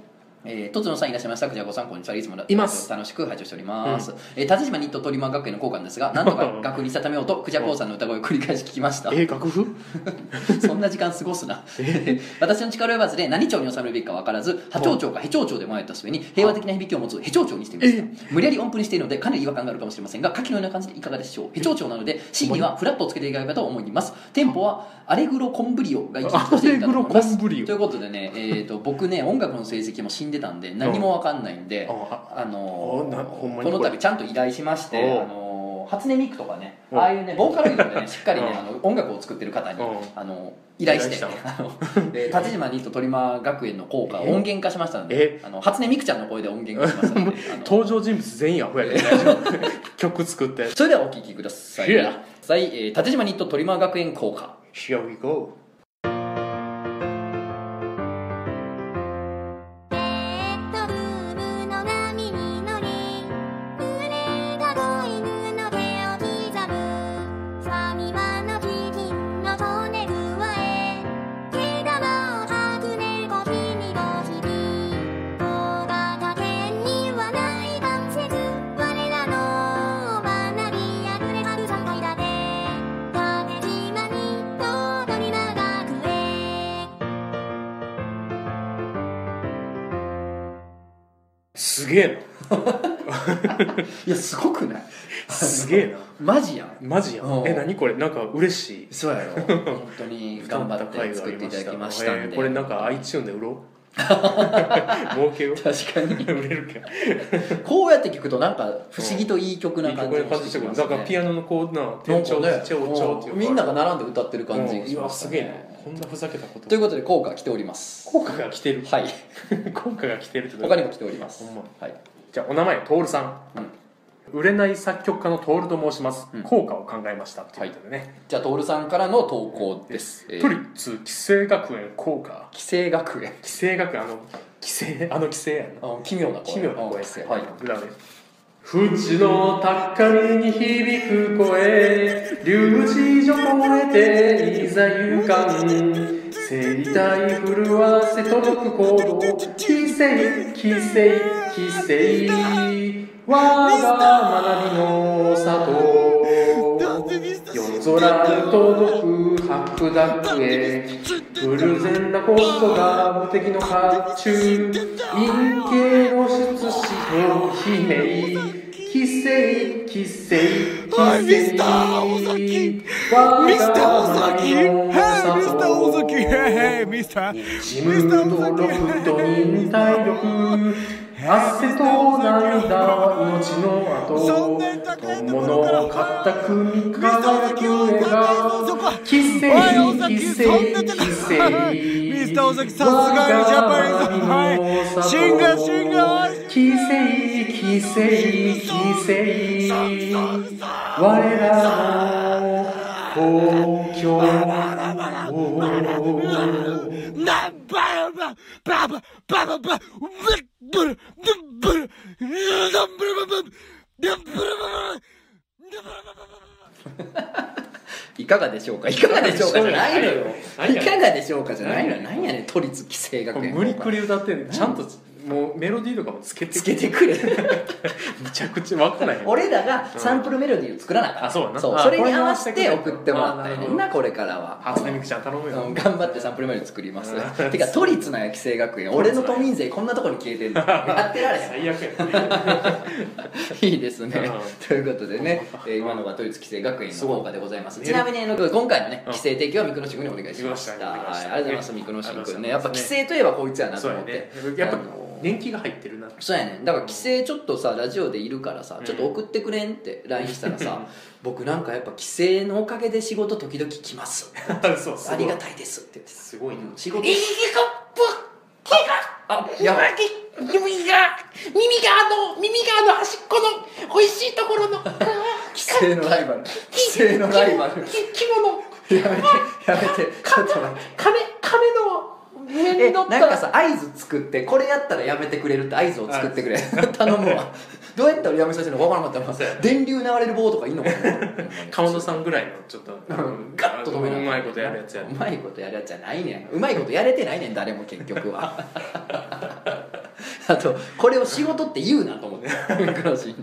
[SPEAKER 2] えー、とつのさんいらっしゃいましたくじゃごさんこんにちはいつも
[SPEAKER 1] います
[SPEAKER 2] 楽しく拝聴しております、えー立島ニット鳥間学園の交換ですがなんとか楽にした ためようとクジャコウさんの歌声を繰り返し聞きました
[SPEAKER 1] えー、楽譜
[SPEAKER 2] そんな時間過ごすな 私の力及ばずで何町に収めるべきか分からず波長長かへ長長で迷った末に平和的な響きを持つへ長長にしてみました無理やり音符にしているのでかなり違和感があるかもしれませんが下記のような感じでいかがでしょうへ長長なので C にはフラットをつけていかれればと思いますテンポはアレグロコンブリオが一番しているかと思います
[SPEAKER 1] アレグロコンブリオ
[SPEAKER 2] ということでね、えー、と僕ね音楽の成績も死んでたんで何も分かんないんで、
[SPEAKER 1] あ
[SPEAKER 2] あの
[SPEAKER 1] あな
[SPEAKER 2] ー
[SPEAKER 1] ほんま
[SPEAKER 2] こ
[SPEAKER 1] に
[SPEAKER 2] の度ちゃんと依頼しまして、
[SPEAKER 1] おう
[SPEAKER 2] あのー初音ミクとかね
[SPEAKER 1] うん
[SPEAKER 2] ああいうねボーカロイ ドでねしっかりね
[SPEAKER 1] うん
[SPEAKER 2] あの音楽を作ってる方に
[SPEAKER 1] うん
[SPEAKER 2] あの依頼して
[SPEAKER 1] 依頼
[SPEAKER 2] あの で立島ニットトリマー学園の効果を
[SPEAKER 1] え
[SPEAKER 2] 音源化しましたのであの初音ミクちゃんの声で音源化しまし たのであの
[SPEAKER 1] 登場人物全員アホやで大丈夫 曲作って
[SPEAKER 2] それではお聴きください
[SPEAKER 1] Yeah
[SPEAKER 2] さい、えー立島ニットトリマー学園効果
[SPEAKER 1] Here we go
[SPEAKER 3] ペットブームの波に乗り群れた子犬の毛を刻むファミマのキリンのトネ具合毛玉を吐く猫君ご日々小型犬にはない関節我らの学びあふれはる社会だね縦島にとどりながくへ
[SPEAKER 1] すげえ
[SPEAKER 2] いやすごくない
[SPEAKER 1] なすげえな
[SPEAKER 2] マジやん
[SPEAKER 1] マジや
[SPEAKER 2] うん
[SPEAKER 1] んえ何これなんか嬉しい
[SPEAKER 2] そうやろ本当に頑張って作っていただきましたんで、
[SPEAKER 1] えーこれなんか iTune で売ろ う儲けよう
[SPEAKER 2] 確かに
[SPEAKER 1] 売れるけん
[SPEAKER 2] こうやって聞くとなんか不思議といい曲な感じ
[SPEAKER 1] これ
[SPEAKER 2] も
[SPEAKER 1] 感
[SPEAKER 2] し
[SPEAKER 1] じしてて
[SPEAKER 2] き
[SPEAKER 1] くる
[SPEAKER 2] ますね
[SPEAKER 1] だからピアノのこうな
[SPEAKER 2] な
[SPEAKER 1] 転
[SPEAKER 2] んか
[SPEAKER 1] 調
[SPEAKER 2] ね
[SPEAKER 1] 調調っていううんか
[SPEAKER 2] みんなが並んで歌ってる感じがし
[SPEAKER 1] うわ
[SPEAKER 2] まし
[SPEAKER 1] す
[SPEAKER 2] た
[SPEAKER 1] げえ
[SPEAKER 2] ね
[SPEAKER 1] なこんなふざけたこと
[SPEAKER 2] ということで効果が来ております
[SPEAKER 1] 効果が来てる
[SPEAKER 2] はい
[SPEAKER 1] 効果が来てるってどういうこと
[SPEAKER 2] 他にも来ております
[SPEAKER 1] ほんま
[SPEAKER 2] はい
[SPEAKER 1] じゃあお名前トールさん、売れない作曲家のトールと申します、
[SPEAKER 2] うん
[SPEAKER 1] 効果を考えましたっていうことでね、
[SPEAKER 2] じゃあ徹さんからの投稿ですえー
[SPEAKER 1] 都立規制学園効果
[SPEAKER 2] 寄生学園
[SPEAKER 1] 規制学園あの規制あの規制やんな
[SPEAKER 2] あの奇妙な声
[SPEAKER 1] 奇妙な声ですよ、
[SPEAKER 2] はい
[SPEAKER 1] 裏で淵の高みに響く声竜子所超えていざ勇敢生体震わせ届く行動奇跡奇跡奇跡我が学びの里夜空に届く白濁へ偶然なこそが無敵の甲冑陰形の出子と姫奇跡奇跡奇
[SPEAKER 4] はい
[SPEAKER 1] 跡
[SPEAKER 4] ミスター尾崎ミスター尾崎ヘイミスター尾崎ヘイヘイミスターミ
[SPEAKER 1] ジムのロフト忍耐力汗と涙は命の後本物を買った組み
[SPEAKER 4] スター尾
[SPEAKER 1] 輝
[SPEAKER 4] 崎
[SPEAKER 1] く
[SPEAKER 4] を
[SPEAKER 1] 絵
[SPEAKER 4] そこ
[SPEAKER 1] が奇
[SPEAKER 4] おい尾
[SPEAKER 1] 跡
[SPEAKER 4] 崎
[SPEAKER 1] 奇跡奇跡
[SPEAKER 4] そんなじゃないミスター尾崎さすがにジャパニーズはいシンガーシンガー
[SPEAKER 1] 奇跡奇跡奇跡我らの東京
[SPEAKER 4] ナンバーバババババババブルドンブルドンブルババドンブルババ
[SPEAKER 2] いかがでしょうかいかがでしょうかじゃないのよ
[SPEAKER 1] 何
[SPEAKER 2] い
[SPEAKER 1] や
[SPEAKER 2] かがでしょうかじゃないのよ何やねん都立寄生学園
[SPEAKER 1] 無理くり歌ってんのちゃんともうメロディーとかもつけて
[SPEAKER 2] つけてくれ
[SPEAKER 1] むちゃくちゃ分からへん
[SPEAKER 2] 俺らがサンプルメロディーを作らなかった
[SPEAKER 1] あそうやな
[SPEAKER 2] そう
[SPEAKER 1] あ
[SPEAKER 2] それに合わせて送ってもらっ
[SPEAKER 1] あ
[SPEAKER 2] た
[SPEAKER 1] なる
[SPEAKER 2] よ
[SPEAKER 1] ほ
[SPEAKER 2] ね
[SPEAKER 1] ど
[SPEAKER 2] なこれからは
[SPEAKER 1] 初音ミクちゃん頼む
[SPEAKER 2] う
[SPEAKER 1] よ
[SPEAKER 2] ん頑張ってサンプルメロディー作ります
[SPEAKER 1] うん
[SPEAKER 2] てか都立なんや寄生 学園俺の都民税こんなとこに消えてるのやってられへん
[SPEAKER 1] 最悪や
[SPEAKER 2] いいですね
[SPEAKER 1] う。
[SPEAKER 2] ということでね、えー今のが都立規制学院の効果でございます。
[SPEAKER 1] すごい
[SPEAKER 2] ちなみにあの今回のね、
[SPEAKER 1] うん
[SPEAKER 2] 規制提供は三久野新君にお願いしました。
[SPEAKER 1] 三
[SPEAKER 2] は
[SPEAKER 1] 久野
[SPEAKER 2] い、
[SPEAKER 1] 新
[SPEAKER 2] あ
[SPEAKER 1] 君
[SPEAKER 2] りがと
[SPEAKER 1] にお
[SPEAKER 2] うござい
[SPEAKER 1] 願いし
[SPEAKER 2] ま
[SPEAKER 1] まし
[SPEAKER 2] す、
[SPEAKER 1] たあ
[SPEAKER 2] 三久野新君ね。
[SPEAKER 1] り
[SPEAKER 2] や
[SPEAKER 1] がとうございます
[SPEAKER 2] っぱ規制といえばこいつやなと
[SPEAKER 1] そう
[SPEAKER 2] 思
[SPEAKER 1] や
[SPEAKER 2] っ
[SPEAKER 1] ね
[SPEAKER 2] て。
[SPEAKER 1] やっぱ
[SPEAKER 2] あの
[SPEAKER 1] 年季が入ってるな
[SPEAKER 2] そうやねだから規制ちょっとさラジオでいるからさちょっと送ってくれんって LINE したらさ、僕なんかやっぱ規制のおかげで仕事時々来ます
[SPEAKER 1] そう
[SPEAKER 2] ありが
[SPEAKER 1] い
[SPEAKER 2] たいですって言って
[SPEAKER 1] すごいな
[SPEAKER 2] うん仕事
[SPEAKER 5] 右コップ毛が
[SPEAKER 2] やばい
[SPEAKER 5] 耳が耳があの耳があの端っこの美味しいところのあー
[SPEAKER 2] 規制のライバル規制のライバルや
[SPEAKER 5] き着物
[SPEAKER 2] めてやめてちょっと待って
[SPEAKER 5] 亀亀の上
[SPEAKER 2] え
[SPEAKER 5] に乗
[SPEAKER 2] な
[SPEAKER 5] っ
[SPEAKER 2] ん
[SPEAKER 5] た
[SPEAKER 2] からさ合図作ってこれやったらやめてくれるって合 図を作ってくれ頼むわどうやったらやめさせるのか分からなかった
[SPEAKER 1] そうや
[SPEAKER 2] な電流流れる棒とかいいのかな
[SPEAKER 1] 鴨野さんぐらいのちょっと
[SPEAKER 2] ガッと止めな
[SPEAKER 1] うまいことやるやつや
[SPEAKER 2] うまいことやるやつじゃないねんうまいことやれてないねん誰も結局は あとこれを仕事って言うなと思って黒人に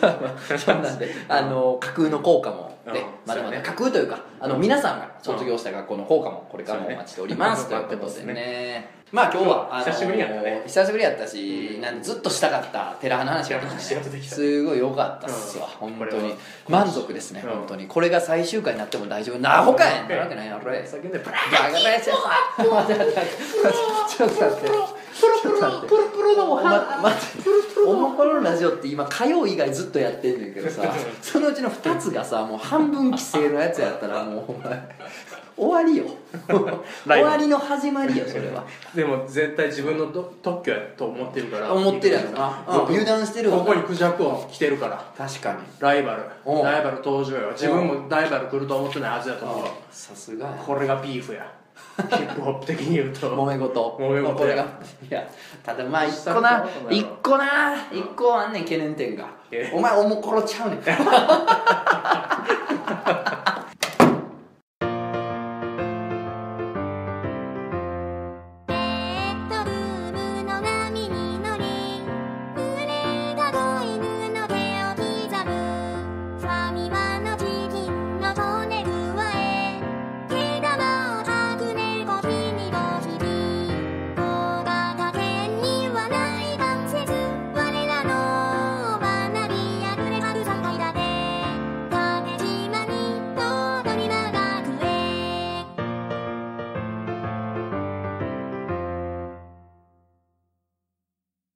[SPEAKER 2] そんなんであの架空の効果も
[SPEAKER 1] うん
[SPEAKER 2] ねまだま
[SPEAKER 1] そうやね
[SPEAKER 2] だ架空というかあの皆さんが卒業した学校の効果もこれからもお待ちしております
[SPEAKER 1] そ
[SPEAKER 2] と
[SPEAKER 1] う
[SPEAKER 2] いう
[SPEAKER 1] やね
[SPEAKER 2] ことでねまあ今日はあの
[SPEAKER 1] 久しぶりやったね
[SPEAKER 2] 久しぶりやったし、
[SPEAKER 1] うん
[SPEAKER 2] なんでずっとしたかった寺派の話ができた
[SPEAKER 1] やっとできた
[SPEAKER 2] すごい良かったっすわ、
[SPEAKER 1] うん
[SPEAKER 2] 本当
[SPEAKER 1] これ
[SPEAKER 2] に
[SPEAKER 1] は
[SPEAKER 2] 満足ですね、
[SPEAKER 1] うん
[SPEAKER 2] 本当にこれが最終回になっても大丈夫なほかやん
[SPEAKER 1] うん
[SPEAKER 2] なわけないやろれ
[SPEAKER 1] 叫んでプラ
[SPEAKER 2] バカバカやつや待って待って待ってちょっと待って
[SPEAKER 5] プロプロプロプロのお
[SPEAKER 2] ま
[SPEAKER 5] 花
[SPEAKER 2] 待っておもころラジオって今火曜以外ずっとやってんねんけどさそのうちの2つがさもう半分規制のやつやったらもうお前終わりよ
[SPEAKER 1] ライブ
[SPEAKER 2] 終わりの始まりよそれは
[SPEAKER 1] でも絶対自分のど特許やと思ってるから
[SPEAKER 2] 思ってるやろなうん
[SPEAKER 1] 僕
[SPEAKER 2] 油断してるわ
[SPEAKER 1] ここにクジャクを着てるから
[SPEAKER 2] 確かに
[SPEAKER 1] ライバル
[SPEAKER 2] おう
[SPEAKER 1] ライバル登場よ自分もライバル来ると思ってないはずやと思う
[SPEAKER 2] さすがや
[SPEAKER 1] これがビーフやヒップホップ的に言うと
[SPEAKER 2] 揉め事
[SPEAKER 1] 揉め事や
[SPEAKER 2] これがいやただまあ一個な
[SPEAKER 1] したことない
[SPEAKER 2] 一
[SPEAKER 1] わ
[SPEAKER 2] 個な一個あんねん懸念点が
[SPEAKER 1] え
[SPEAKER 2] お前おもころちゃうねん
[SPEAKER 3] ベッドルームの波に乗り売れた子犬の手を刻むファミマ